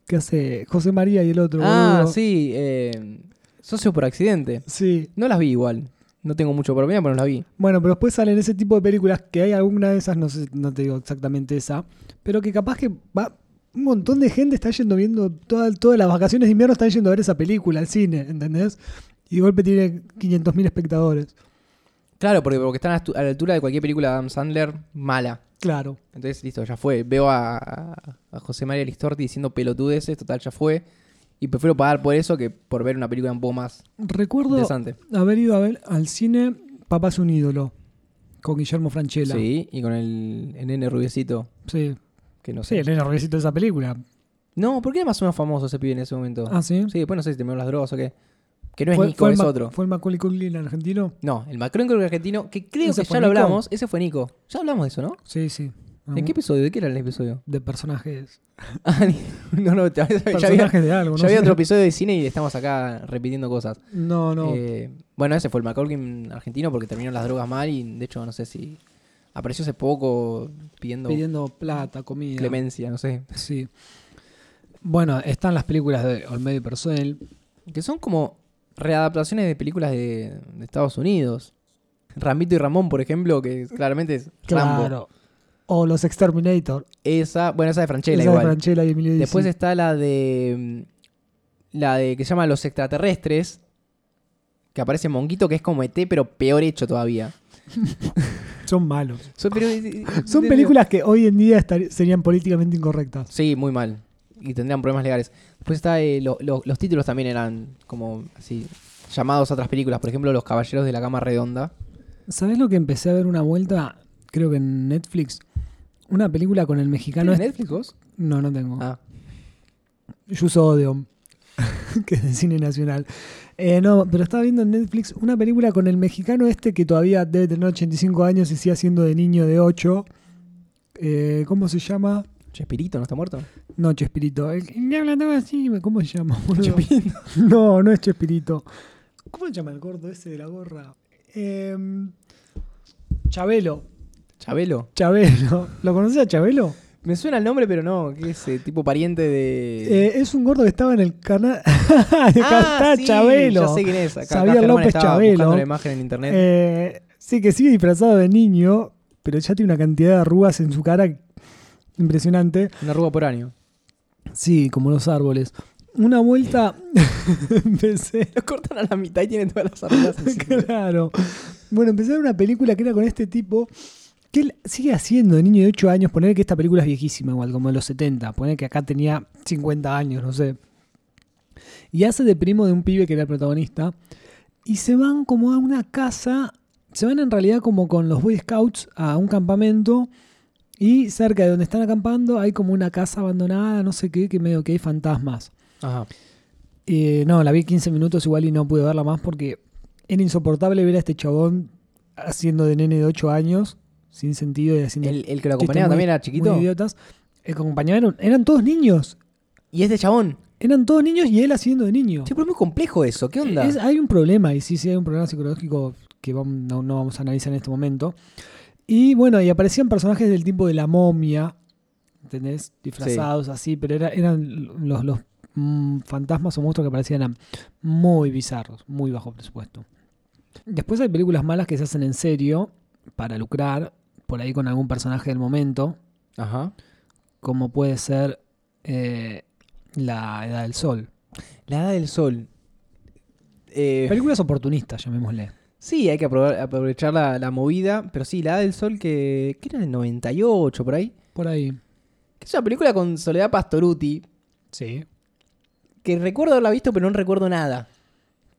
[SPEAKER 1] que hace José María y el otro.
[SPEAKER 2] Ah,
[SPEAKER 1] boludo.
[SPEAKER 2] sí. eh, socio por accidente.
[SPEAKER 1] Sí.
[SPEAKER 2] No las vi igual. No tengo mucho por opinar, pero no las vi.
[SPEAKER 1] Bueno, pero después salen ese tipo de películas que hay alguna de esas, no sé, no te digo exactamente esa, pero que capaz que va un montón de gente está yendo viendo toda- todas las vacaciones de invierno están yendo a ver esa película al cine, ¿entendés? Y de golpe tiene 500.000 espectadores.
[SPEAKER 2] Claro, porque, porque están a tu- a la altura de cualquier película de Adam Sandler mala.
[SPEAKER 1] Claro.
[SPEAKER 2] Entonces, listo, ya fue. Veo a, a- a José María Listorti diciendo pelotudeces, total, ya fue. Y prefiero pagar por eso que por ver una película un poco más
[SPEAKER 1] Recuerdo
[SPEAKER 2] interesante.
[SPEAKER 1] haber ido a ver al cine Papá es un ídolo con Guillermo Franchella.
[SPEAKER 2] Sí, y con el, el nene rubiecito,
[SPEAKER 1] Sí,
[SPEAKER 2] que no
[SPEAKER 1] sí
[SPEAKER 2] sé.
[SPEAKER 1] el nene rubiecito de esa película.
[SPEAKER 2] No, ¿por qué era más o menos famoso ese pibe en ese momento?
[SPEAKER 1] Ah, sí.
[SPEAKER 2] Sí, después no sé si terminó las drogas o qué. Que no es
[SPEAKER 1] fue,
[SPEAKER 2] Nico,
[SPEAKER 1] fue el
[SPEAKER 2] es
[SPEAKER 1] Ma-
[SPEAKER 2] otro.
[SPEAKER 1] fue el Macaulay Culkin argentino.
[SPEAKER 2] No, el Macron creo que argentino, que creo
[SPEAKER 1] ¿Ese
[SPEAKER 2] que
[SPEAKER 1] fue
[SPEAKER 2] ya lo
[SPEAKER 1] Nico? Mm.
[SPEAKER 2] hablamos, ese fue Nico. Ya hablamos de eso, ¿no?
[SPEAKER 1] Sí, sí.
[SPEAKER 2] ¿En qué episodio? ¿De qué era el episodio? [laughs]
[SPEAKER 1] de personajes.
[SPEAKER 2] Ah, ni- no, no, ya, [laughs] ya había,
[SPEAKER 1] Personajes de algo,
[SPEAKER 2] ya
[SPEAKER 1] no
[SPEAKER 2] había
[SPEAKER 1] sé.
[SPEAKER 2] otro episodio de cine y estamos acá repitiendo cosas.
[SPEAKER 1] No, no.
[SPEAKER 2] Eh, bueno, ese fue el McColkin argentino porque terminó las drogas mal y de hecho no sé si apareció hace poco pidiendo
[SPEAKER 1] pidiendo plata, comida.
[SPEAKER 2] clemencia, no sé.
[SPEAKER 1] Sí. Bueno, están las películas de Olmedo y Personnel.
[SPEAKER 2] Que son como readaptaciones de películas de, de Estados Unidos. Rambito y Ramón, por ejemplo, que claramente es Rambo.
[SPEAKER 1] O Los Exterminator.
[SPEAKER 2] Esa, bueno, esa de Franchella
[SPEAKER 1] esa de
[SPEAKER 2] igual.
[SPEAKER 1] Franchella y Emilio
[SPEAKER 2] Después
[SPEAKER 1] Dizzy.
[SPEAKER 2] está la de mm, la de que se llama Los extraterrestres, que aparece Monguito que es como ET pero peor hecho todavía.
[SPEAKER 1] Son malos.
[SPEAKER 2] Son, pero-
[SPEAKER 1] [laughs] Son películas que hoy en día estar- serían políticamente incorrectas.
[SPEAKER 2] Sí, muy mal. Y tendrían problemas legales. Después está, eh, lo- lo- los títulos también eran como así, llamados a otras películas. Por ejemplo, Los Caballeros de la Cama Redonda.
[SPEAKER 1] ¿Sabés lo que empecé a ver una vuelta? Creo que en Netflix. Una película con el mexicano. este-
[SPEAKER 2] Netflix vos?
[SPEAKER 1] No, no tengo.
[SPEAKER 2] Ah.
[SPEAKER 1] Yuso Odeon, [laughs] que es de cine nacional. Eh, no, pero estaba viendo en Netflix una película con el mexicano este que todavía debe tener 85 años y sigue siendo de niño de 8. Eh, ¿Cómo se llama?
[SPEAKER 2] Chespirito, ¿no está muerto?
[SPEAKER 1] No, Chespirito. El que habla todo así, ¿cómo se llama? boludo?
[SPEAKER 2] Chespirito.
[SPEAKER 1] [laughs] No, no es Chespirito. ¿Cómo se llama el gordo ese de la gorra? Em, Chabelo.
[SPEAKER 2] Chabelo.
[SPEAKER 1] Chabelo. ¿Lo conoces a Chabelo?
[SPEAKER 2] Me suena el nombre, pero no. ¿Qué es? eh, Tipo pariente de.
[SPEAKER 1] Eh, es un gordo que estaba en el canal. [laughs] de Cartá,
[SPEAKER 2] Ah, sí,
[SPEAKER 1] Chabelo.
[SPEAKER 2] Ya sé quién es. Acá- acá
[SPEAKER 1] Xavier
[SPEAKER 2] Germán
[SPEAKER 1] López
[SPEAKER 2] estaba
[SPEAKER 1] Chabelo.
[SPEAKER 2] buscando la imagen en internet.
[SPEAKER 1] Eh, sí, que sigue disfrazado de niño, pero ya tiene una cantidad de arrugas en su cara impresionante.
[SPEAKER 2] Una arruga por año.
[SPEAKER 1] Sí, como los árboles. Una vuelta [laughs] empecé.
[SPEAKER 2] Lo cortan a la mitad y tienen todas las arrugas.
[SPEAKER 1] [laughs]
[SPEAKER 2] encima.
[SPEAKER 1] Claro. Bueno, empecé a ver una película que era con este tipo que él sigue haciendo de niño de 8 años. Poner que esta película es viejísima, igual, como de los 70. Poner que acá tenía 50 años, no sé. Y hace de primo de un pibe que era el protagonista. Y se van como a una casa. Se van en realidad como con los Boy Scouts a un campamento. Y cerca de donde están acampando hay como una casa abandonada, no sé qué, que medio que hay fantasmas.
[SPEAKER 2] Ajá.
[SPEAKER 1] Eh, no, la vi 15 minutos igual y no pude verla más porque era insoportable ver a este chabón haciendo de nene de 8 años, sin sentido y haciendo.
[SPEAKER 2] El, el que
[SPEAKER 1] chistes
[SPEAKER 2] lo acompañaba
[SPEAKER 1] muy-
[SPEAKER 2] también era chiquito.
[SPEAKER 1] Muy idiotas. El que acompañaba eran, eran todos niños.
[SPEAKER 2] Y es de chabón.
[SPEAKER 1] Eran todos niños y él haciendo de niño.
[SPEAKER 2] Sí, pero es muy complejo eso. ¿Qué onda?
[SPEAKER 1] Es- hay un problema, y sí, sí, hay un problema psicológico que vam- no, no vamos a analizar en este momento. Y bueno, y aparecían personajes del tipo de la momia, ¿entendés? Disfrazados así, pero era- eran los, los mm, fantasmas o monstruos que aparecían eran muy bizarros, muy bajo presupuesto. Después hay películas malas que se hacen en serio para lucrar, por ahí con algún personaje del momento,
[SPEAKER 2] Ajá.
[SPEAKER 1] como puede ser eh, La Edad del Sol.
[SPEAKER 2] La edad del sol. Eh,
[SPEAKER 1] Películas oportunistas, llamémosle.
[SPEAKER 2] sí, hay que aprove- aprovechar la, la movida. Pero sí, la edad del sol que. ¿Qué era el 98 por ahí?
[SPEAKER 1] Por ahí.
[SPEAKER 2] Que es una película con Soledad Pastoruti.
[SPEAKER 1] Sí.
[SPEAKER 2] Que recuerdo haberla visto, pero no recuerdo nada.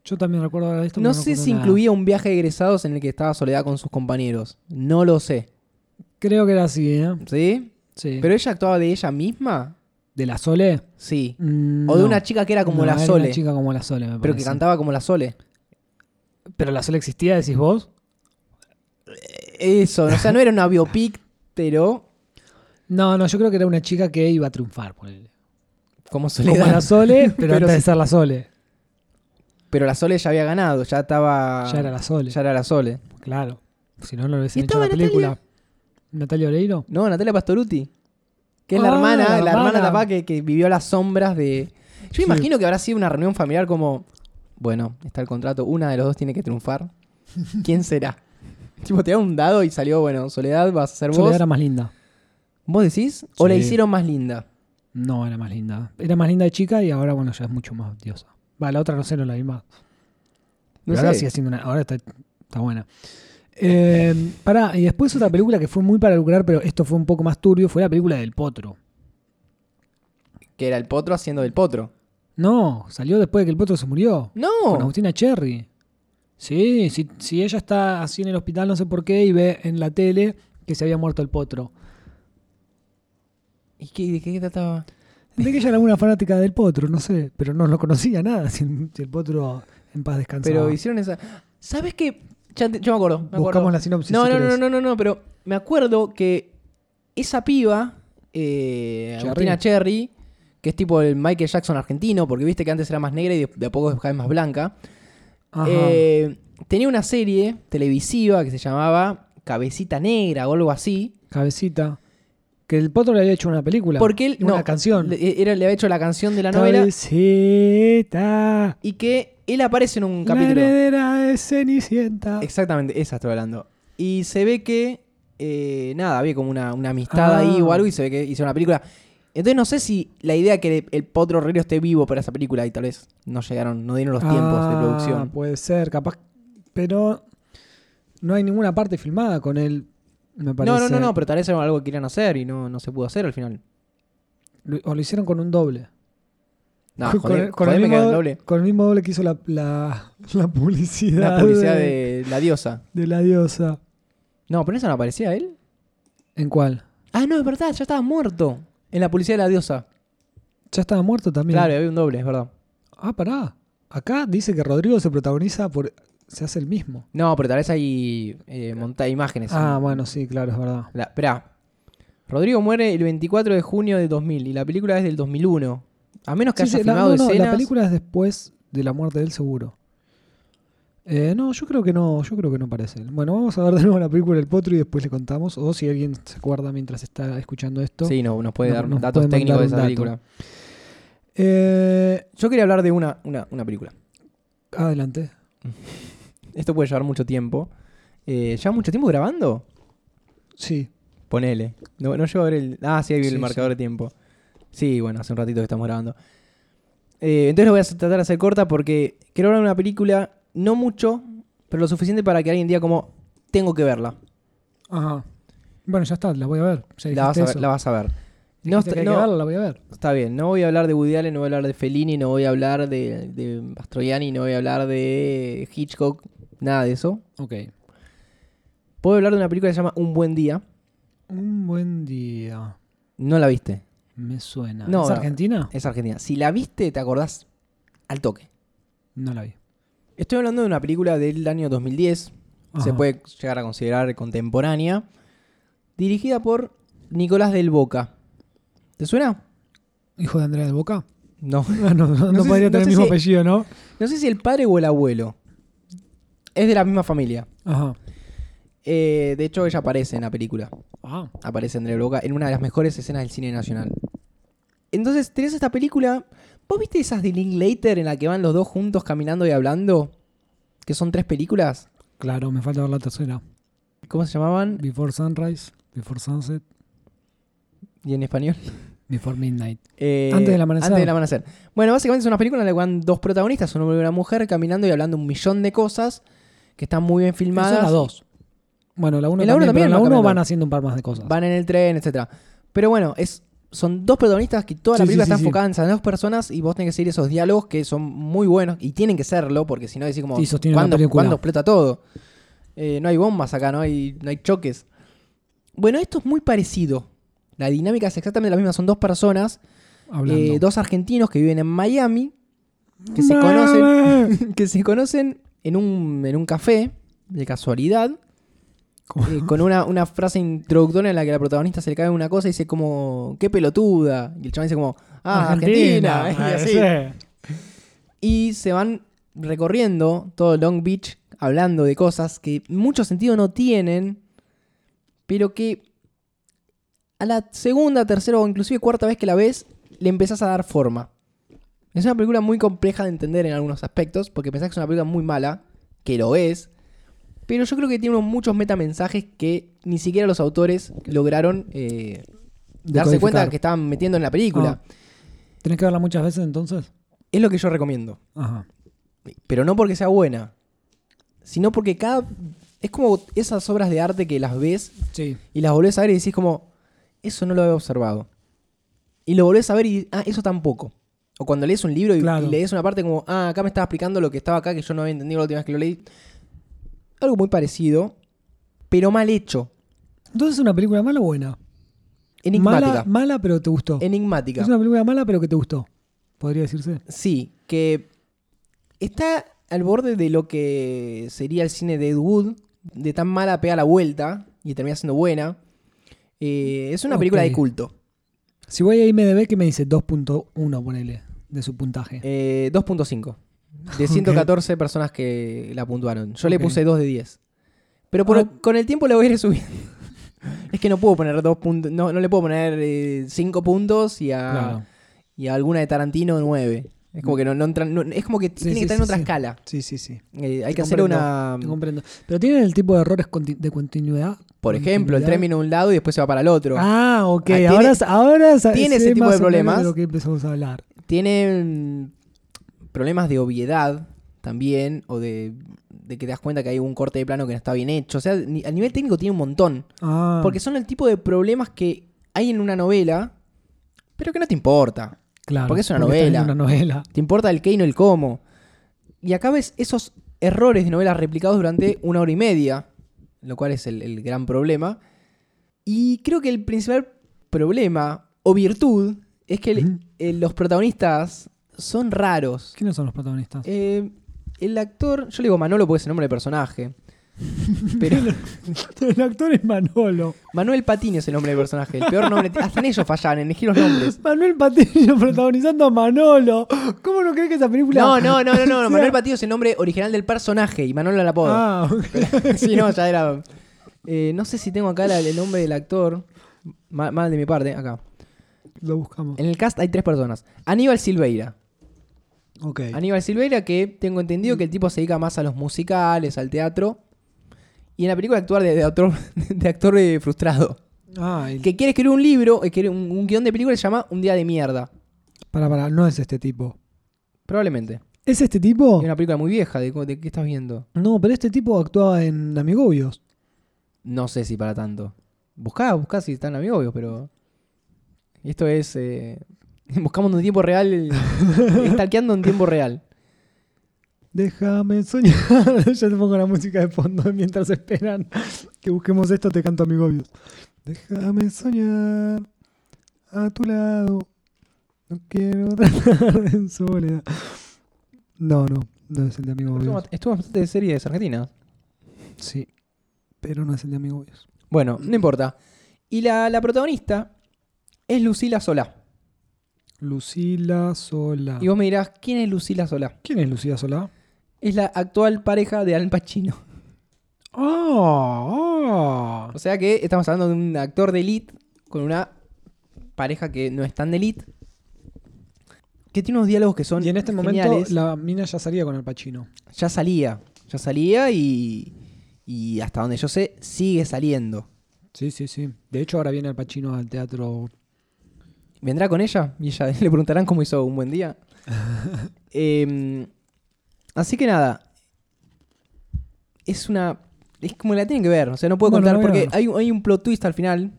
[SPEAKER 1] Yo también recuerdo haber visto.
[SPEAKER 2] No
[SPEAKER 1] pero
[SPEAKER 2] sé
[SPEAKER 1] recuerdo
[SPEAKER 2] si
[SPEAKER 1] nada.
[SPEAKER 2] incluía un viaje de egresados en el que estaba Soledad con sus compañeros. No lo sé.
[SPEAKER 1] Creo que era así, ¿eh?
[SPEAKER 2] ¿Sí?
[SPEAKER 1] Sí.
[SPEAKER 2] ¿Pero ella actuaba de ella misma?
[SPEAKER 1] ¿De la Sole?
[SPEAKER 2] Sí.
[SPEAKER 1] Mm,
[SPEAKER 2] O de
[SPEAKER 1] no.
[SPEAKER 2] una chica que era como
[SPEAKER 1] No,
[SPEAKER 2] la
[SPEAKER 1] era
[SPEAKER 2] Sole.
[SPEAKER 1] Una chica como la Sole, me
[SPEAKER 2] pero que
[SPEAKER 1] parece.
[SPEAKER 2] cantaba como la Sole.
[SPEAKER 1] ¿Pero la Sole existía, decís vos?
[SPEAKER 2] Eh, Eso, o sea, no era una biopic, pero
[SPEAKER 1] No, no, yo creo que era una chica que iba a triunfar. ponele. [laughs]
[SPEAKER 2] como
[SPEAKER 1] Como
[SPEAKER 2] Soledad.
[SPEAKER 1] la
[SPEAKER 2] [laughs]
[SPEAKER 1] Sole, pero,
[SPEAKER 2] Pero
[SPEAKER 1] antes de
[SPEAKER 2] sí.
[SPEAKER 1] ser la Sole.
[SPEAKER 2] Pero la Sole ya había ganado, ya estaba.
[SPEAKER 1] Ya era la Sole,
[SPEAKER 2] Ah, ya era la Sole.
[SPEAKER 1] claro. Si no, no lo
[SPEAKER 2] ¿Y
[SPEAKER 1] hubiesen hecho
[SPEAKER 2] estaba
[SPEAKER 1] la película. ¿Natalia Oreiro?
[SPEAKER 2] No, Natalia Pastoruti. Que es la
[SPEAKER 1] Ah,
[SPEAKER 2] hermana, la
[SPEAKER 1] la
[SPEAKER 2] hermana,
[SPEAKER 1] hermana.
[SPEAKER 2] capaz que, que vivió las sombras de. Yo
[SPEAKER 1] Sí.
[SPEAKER 2] imagino que habrá sido una reunión familiar como. Bueno, está el contrato, una de los dos tiene que triunfar. ¿Quién será? [laughs] tipo, te da un dado y salió, bueno, Soledad, vas a ser
[SPEAKER 1] Soledad
[SPEAKER 2] vos.
[SPEAKER 1] era más linda.
[SPEAKER 2] ¿Vos decís? ¿O la
[SPEAKER 1] Sí.
[SPEAKER 2] hicieron más linda?
[SPEAKER 1] No, era más linda. Era más linda de chica y ahora, bueno, ya es mucho más diosa. Va, la otra no sé, no la vi más.
[SPEAKER 2] No
[SPEAKER 1] Pero ahora
[SPEAKER 2] sé.
[SPEAKER 1] sigue siendo una. Ahora está, está buena. Eh, pará, y después otra película que fue muy para lucrar, pero esto fue un poco más turbio, fue la película del Potro.
[SPEAKER 2] Que era el potro haciendo del potro.
[SPEAKER 1] No, salió después de que el Potro se murió. Con
[SPEAKER 2] ¡No!
[SPEAKER 1] Agustina Cherry. Sí, si, si ella está así en el hospital, no sé por qué, y ve en la tele que se había muerto el Potro.
[SPEAKER 2] ¿Y qué, de qué trataba?
[SPEAKER 1] De que ella era una fanática del Potro, no sé, pero no lo conocía nada si, si el Potro en paz descansaba.
[SPEAKER 2] Pero hicieron esa. ¿Sabes qué? Ya te- yo me acuerdo. Me acuerdo.
[SPEAKER 1] Buscamos la sinopsis.
[SPEAKER 2] No,
[SPEAKER 1] si
[SPEAKER 2] no, no,
[SPEAKER 1] querés.
[SPEAKER 2] no, no, no, pero me acuerdo que esa piba, eh,
[SPEAKER 1] Cherry.
[SPEAKER 2] Agustina Cherry, que es tipo el Michael Jackson argentino, porque viste que antes era más negra y de, de a poco es cada vez más blanca,
[SPEAKER 1] Ajá.
[SPEAKER 2] eh, tenía una serie televisiva que se llamaba Cabecita Negra o algo así,
[SPEAKER 1] Cabecita. Que el Potro le había hecho una película.
[SPEAKER 2] porque él,
[SPEAKER 1] una
[SPEAKER 2] no,
[SPEAKER 1] canción.
[SPEAKER 2] Le, era- le había hecho la canción de la novela
[SPEAKER 1] Cabecita,
[SPEAKER 2] y que él aparece en un
[SPEAKER 1] la
[SPEAKER 2] capítulo.
[SPEAKER 1] heredera de Cenicienta.
[SPEAKER 2] Exactamente, esa estoy hablando. Y se ve que, eh, nada, había como una, una amistad
[SPEAKER 1] Ah.
[SPEAKER 2] ahí o algo y se ve que hizo una película. Entonces no sé si la idea que el Potro Herrero esté vivo para esa película y tal vez no llegaron, no dieron los tiempos de
[SPEAKER 1] Ah,
[SPEAKER 2] producción.
[SPEAKER 1] Puede ser, capaz. Pero no hay ninguna parte filmada con él, me parece.
[SPEAKER 2] No, no, no, no, pero tal vez era algo que querían hacer y no, no se pudo hacer al final.
[SPEAKER 1] Lo- O lo hicieron con un doble. [laughs]
[SPEAKER 2] No,
[SPEAKER 1] con,
[SPEAKER 2] joder,
[SPEAKER 1] el- con el
[SPEAKER 2] joder, me
[SPEAKER 1] mismo,
[SPEAKER 2] quedo el
[SPEAKER 1] doble. [laughs]
[SPEAKER 2] doble.
[SPEAKER 1] con el mismo doble que hizo la, la- [laughs] la publicidad.
[SPEAKER 2] La publicidad de la diosa.
[SPEAKER 1] de la diosa.
[SPEAKER 2] No, pero en esa no aparecía él.
[SPEAKER 1] ¿En cuál?
[SPEAKER 2] Ah, no, es verdad, ya estaba muerto. En la publicidad de la diosa.
[SPEAKER 1] Ya estaba muerto también.
[SPEAKER 2] Claro, había un doble, es verdad.
[SPEAKER 1] Ah, pará. Acá dice que Rodrigo se protagoniza por. Se hace el mismo.
[SPEAKER 2] No, pero tal vez hay eh, monta imágenes.
[SPEAKER 1] Ah, bueno, sí, claro, es verdad.
[SPEAKER 2] La, esperá. Rodrigo muere el 24 de junio de 2000 y la película es del 2001. A menos Ah, que
[SPEAKER 1] Sí,
[SPEAKER 2] haya
[SPEAKER 1] sí, la,
[SPEAKER 2] filmado
[SPEAKER 1] no, no,
[SPEAKER 2] escenas.
[SPEAKER 1] la película es después de la muerte de él, seguro. Eh, no, yo creo que no, yo creo que no parece él. Bueno, vamos a ver de nuevo la película del Potro y después le contamos. O si alguien se acuerda mientras está escuchando esto.
[SPEAKER 2] Sí, no, nos puede
[SPEAKER 1] No,
[SPEAKER 2] dar
[SPEAKER 1] nos puede
[SPEAKER 2] datos
[SPEAKER 1] mandar
[SPEAKER 2] técnicos
[SPEAKER 1] un
[SPEAKER 2] de esa
[SPEAKER 1] dato.
[SPEAKER 2] película.
[SPEAKER 1] Eh,
[SPEAKER 2] Yo quería hablar de una, una, una película.
[SPEAKER 1] adelante.
[SPEAKER 2] Esto puede llevar mucho tiempo. Eh, ¿Lleva mucho tiempo grabando?
[SPEAKER 1] Sí.
[SPEAKER 2] Ponele. No, no llego a ver el. Ah, sí, ahí vi
[SPEAKER 1] Sí,
[SPEAKER 2] el marcador de tiempo. Sí, bueno, hace un ratito que estamos grabando. Eh, entonces lo voy a tratar de hacer corta porque quiero hablar de una película, no mucho, pero lo suficiente para que alguien diga como, tengo que verla.
[SPEAKER 1] Ajá. Bueno, ya está, la voy a ver. Ya
[SPEAKER 2] La vas,
[SPEAKER 1] dijiste
[SPEAKER 2] a ver,
[SPEAKER 1] eso.
[SPEAKER 2] la vas a ver. No,
[SPEAKER 1] Dijiste
[SPEAKER 2] está-
[SPEAKER 1] que hay que
[SPEAKER 2] no,
[SPEAKER 1] verla, la voy a ver.
[SPEAKER 2] está bien, no voy a hablar de Woody Allen, no voy a hablar de Fellini, no voy a hablar de, de Mastroianni, no voy a hablar de Hitchcock, nada de eso.
[SPEAKER 1] Ok.
[SPEAKER 2] Puedo hablar de una película que se llama Un Buen Día.
[SPEAKER 1] Un buen día.
[SPEAKER 2] No la viste.
[SPEAKER 1] Me suena.
[SPEAKER 2] No,
[SPEAKER 1] ¿Es
[SPEAKER 2] no.
[SPEAKER 1] Argentina?
[SPEAKER 2] Es argentina. Si la viste, te acordás al toque.
[SPEAKER 1] No la vi.
[SPEAKER 2] Estoy hablando de una película del año 2010, se
[SPEAKER 1] Ajá.
[SPEAKER 2] puede llegar a considerar contemporánea, dirigida por Nicolás del Boca. ¿Te suena?
[SPEAKER 1] ¿Hijo de Andrea del Boca? [laughs]
[SPEAKER 2] No. [laughs]
[SPEAKER 1] Ah, no, no, no
[SPEAKER 2] sé si-
[SPEAKER 1] podría
[SPEAKER 2] no
[SPEAKER 1] tener el
[SPEAKER 2] sé
[SPEAKER 1] mismo
[SPEAKER 2] si-
[SPEAKER 1] apellido, ¿no?
[SPEAKER 2] No sé si el padre o el abuelo. Es de la misma familia.
[SPEAKER 1] Ajá.
[SPEAKER 2] Eh, de hecho, ella aparece en la película.
[SPEAKER 1] Ah.
[SPEAKER 2] Aparece Andrea del Boca en una de las mejores escenas del cine nacional. Entonces, tenés esta película. ¿Vos viste esas de Linklater en la que van los dos juntos caminando y hablando? Que son tres películas.
[SPEAKER 1] Claro, me falta ver la tercera.
[SPEAKER 2] ¿Cómo se llamaban?
[SPEAKER 1] Before Sunrise, Before Sunset,
[SPEAKER 2] ¿Y en español?
[SPEAKER 1] Before Midnight.
[SPEAKER 2] Eh,
[SPEAKER 1] Antes del amanecer.
[SPEAKER 2] antes del amanecer. Bueno, básicamente es una película en la que van dos protagonistas, un hombre y una mujer, caminando y hablando un millón de cosas que están muy bien filmadas.
[SPEAKER 1] Son las dos. Bueno, la uno
[SPEAKER 2] En la uno
[SPEAKER 1] también, pero
[SPEAKER 2] también
[SPEAKER 1] en la
[SPEAKER 2] va
[SPEAKER 1] uno
[SPEAKER 2] cambiando.
[SPEAKER 1] van haciendo un par más de cosas.
[SPEAKER 2] Van en el tren, etc. Pero bueno, es, son dos protagonistas que toda la
[SPEAKER 1] Sí,
[SPEAKER 2] película
[SPEAKER 1] sí, sí,
[SPEAKER 2] está
[SPEAKER 1] sí.
[SPEAKER 2] enfocada en esas dos personas y vos tenés que seguir esos diálogos que son muy buenos y tienen que serlo porque si no decís como
[SPEAKER 1] Sí, sostiene la
[SPEAKER 2] ¿cuándo,
[SPEAKER 1] película.
[SPEAKER 2] cuándo explota todo? Eh, no hay bombas acá, no hay, no hay choques. Bueno, esto es muy parecido. La dinámica es exactamente la misma, son dos personas
[SPEAKER 1] hablando.
[SPEAKER 2] eh, dos argentinos que viven en Miami, que se
[SPEAKER 1] Mame.
[SPEAKER 2] conocen, [laughs] que se conocen en un, en un café, de casualidad,
[SPEAKER 1] ¿Cómo?
[SPEAKER 2] eh, con una, una frase introductoria en la que la protagonista se le cae una cosa y dice como, qué pelotuda. Y el chaval dice como, ah, Argentina. [laughs]
[SPEAKER 1] Ah,
[SPEAKER 2] Y, así. Y se van recorriendo todo Long Beach hablando de cosas que mucho sentido no tienen, pero que a la segunda, tercera o inclusive cuarta vez que la ves, le empezás a dar forma. Es una película muy compleja de entender en algunos aspectos, porque pensás que es una película muy mala, que lo es, pero yo creo que tiene unos muchos metamensajes que ni siquiera los autores lograron eh, darse
[SPEAKER 1] Decodificar.
[SPEAKER 2] cuenta que estaban metiendo en la película.
[SPEAKER 1] Ah. ¿Tenés que verla muchas veces entonces?
[SPEAKER 2] Es lo que yo recomiendo.
[SPEAKER 1] Ajá.
[SPEAKER 2] pero no porque sea buena, sino porque cada... Es como esas obras de arte que las ves
[SPEAKER 1] Sí.
[SPEAKER 2] y las volvés a ver y decís como, eso no lo había observado. Y lo volvés a ver y, ah, eso tampoco. O cuando lees un libro y,
[SPEAKER 1] Claro.
[SPEAKER 2] y lees una parte como, ah, acá me estaba explicando lo que estaba acá que yo no había entendido la última vez que lo leí. Algo muy parecido, pero mal hecho.
[SPEAKER 1] Entonces es una película mala o buena.
[SPEAKER 2] Enigmática.
[SPEAKER 1] Mala, mala, pero te gustó.
[SPEAKER 2] Enigmática.
[SPEAKER 1] Es una película mala, pero que te gustó. Podría decirse.
[SPEAKER 2] Sí, que está al borde de lo que sería el cine de Ed Wood, de tan mala pega la vuelta y termina siendo buena. Eh, es una
[SPEAKER 1] Ok.
[SPEAKER 2] película de culto.
[SPEAKER 1] Si voy a IMDB, que me dice 2.1, ponele, de su puntaje.
[SPEAKER 2] Eh, 2.5.
[SPEAKER 1] [laughs]
[SPEAKER 2] De 114 personas que la puntuaron. Yo
[SPEAKER 1] Ok.
[SPEAKER 2] le puse 2 de 10. Pero por-
[SPEAKER 1] Ah.
[SPEAKER 2] con el tiempo le voy a ir subiendo. [laughs] es que no puedo poner dos puntos. No, no le puedo poner 5 puntos y a,
[SPEAKER 1] Claro. Mm.
[SPEAKER 2] y a alguna de Tarantino 9. Es como que no, no entran- no- es como que tiene
[SPEAKER 1] sí,
[SPEAKER 2] que estar
[SPEAKER 1] sí,
[SPEAKER 2] en otra
[SPEAKER 1] sí.
[SPEAKER 2] escala.
[SPEAKER 1] Sí, sí, sí.
[SPEAKER 2] Eh, hay
[SPEAKER 1] Te
[SPEAKER 2] que hacer
[SPEAKER 1] comprendo,
[SPEAKER 2] una.
[SPEAKER 1] Te comprendo. Pero tienen el tipo de errores conti- de continuidad.
[SPEAKER 2] Por ejemplo, el
[SPEAKER 1] Continuidad.
[SPEAKER 2] tren viene a un lado y después se va para el otro.
[SPEAKER 1] Ah, ok.
[SPEAKER 2] Ah, tiene-
[SPEAKER 1] ahora, ahora sa-
[SPEAKER 2] tiene
[SPEAKER 1] sé
[SPEAKER 2] ese tipo
[SPEAKER 1] más
[SPEAKER 2] de
[SPEAKER 1] o menos
[SPEAKER 2] problemas.
[SPEAKER 1] de lo que empezamos a hablar.
[SPEAKER 2] Tienen mm, problemas de obviedad también, o de, de que te das cuenta que hay un corte de plano que no está bien hecho. O sea, ni- a nivel técnico tiene un montón.
[SPEAKER 1] Ah,
[SPEAKER 2] Porque son el tipo de problemas que hay en una novela, pero que no te importa.
[SPEAKER 1] Claro,
[SPEAKER 2] Porque es una
[SPEAKER 1] está
[SPEAKER 2] novela.
[SPEAKER 1] viendo una novela.
[SPEAKER 2] Te importa el qué y no el cómo. Y acá ves esos errores de novela replicados durante una hora y media, lo cual es el, el gran problema. Y creo que el principal problema o virtud es que el-
[SPEAKER 1] Ujú.
[SPEAKER 2] eh, los protagonistas son raros.
[SPEAKER 1] ¿Quiénes son los protagonistas?
[SPEAKER 2] Eh, el actor, yo le digo Manolo porque es el nombre del personaje. Pero
[SPEAKER 1] [laughs] El actor es Manolo.
[SPEAKER 2] Manuel Patini es el nombre del personaje. El peor nombre. Hasta en ellos fallaban en elegir
[SPEAKER 1] [laughs]
[SPEAKER 2] los nombres.
[SPEAKER 1] Manuel Patiño [laughs] protagonizando a Manolo. ¿Cómo no crees que esa película?
[SPEAKER 2] No, no, no, no, no. Manuel Patiño es el nombre original del personaje y Manolo la apodo.
[SPEAKER 1] Ah, ok. [laughs]
[SPEAKER 2] [laughs] sí, no, ya era. Eh, no sé si tengo acá la- el nombre del actor. Ma- Mal de mi parte, acá.
[SPEAKER 1] lo buscamos.
[SPEAKER 2] En el cast hay tres personas. Aníbal Silveira.
[SPEAKER 1] Ok.
[SPEAKER 2] Aníbal Silveira, que tengo entendido que el tipo se dedica más a los musicales, al teatro. Y en la película actuar de, de autor- [laughs] de actor eh, frustrado.
[SPEAKER 1] Ah, el-
[SPEAKER 2] Que quiere escribir un libro, eh, quiere un, un guión de película que se llama Un día de mierda.
[SPEAKER 1] Para, para, no es este tipo.
[SPEAKER 2] Probablemente.
[SPEAKER 1] ¿Es este tipo?
[SPEAKER 2] Es una película muy vieja, ¿de, cómo- de qué estás viendo?
[SPEAKER 1] No, pero este tipo actuaba en Amigobios.
[SPEAKER 2] No sé si para tanto. Buscá, buscá si están amigos, pero. Esto es. eh, [laughs] Buscamos en tiempo real. [laughs] el- Stalkeando en tiempo real.
[SPEAKER 1] Déjame soñar. [laughs] Yo te pongo la música de fondo [laughs] mientras esperan que busquemos esto. Te canto Amigobios. Déjame soñar a tu lado. No quiero [laughs] tratar en soledad. No, no, no es el de
[SPEAKER 2] Estuvo,
[SPEAKER 1] Amigobios.
[SPEAKER 2] estuvo bastante de series argentinas.
[SPEAKER 1] Sí, pero no es el de Amigobios.
[SPEAKER 2] Bueno, no importa. Y la, la protagonista es Lucila Solá.
[SPEAKER 1] Lucila Sola.
[SPEAKER 2] Y vos me dirás, ¿quién es Lucila Solá?
[SPEAKER 1] ¿Quién es Lucila Sola?
[SPEAKER 2] Es la actual pareja de Al Pacino. Ah,
[SPEAKER 1] ¡Oh!
[SPEAKER 2] O sea que estamos hablando de un actor de elite con una pareja que no es tan de elite. Que tiene unos diálogos que son.
[SPEAKER 1] Y en este momento
[SPEAKER 2] geniales.
[SPEAKER 1] la mina ya salía con el Pachino.
[SPEAKER 2] ya salía, ya salía y, y hasta donde yo sé, sigue saliendo.
[SPEAKER 1] Sí, sí, sí. De hecho, ahora viene el Pachino al teatro.
[SPEAKER 2] ¿Vendrá con ella? Y ella [laughs] le preguntarán cómo hizo un
[SPEAKER 1] [laughs]
[SPEAKER 2] buen día. Em, así que nada, es una... Es como la tienen que ver, o sea, no puedo
[SPEAKER 1] Bueno,
[SPEAKER 2] contar
[SPEAKER 1] la voy a
[SPEAKER 2] porque
[SPEAKER 1] ver.
[SPEAKER 2] hay, un- hay un plot twist al final.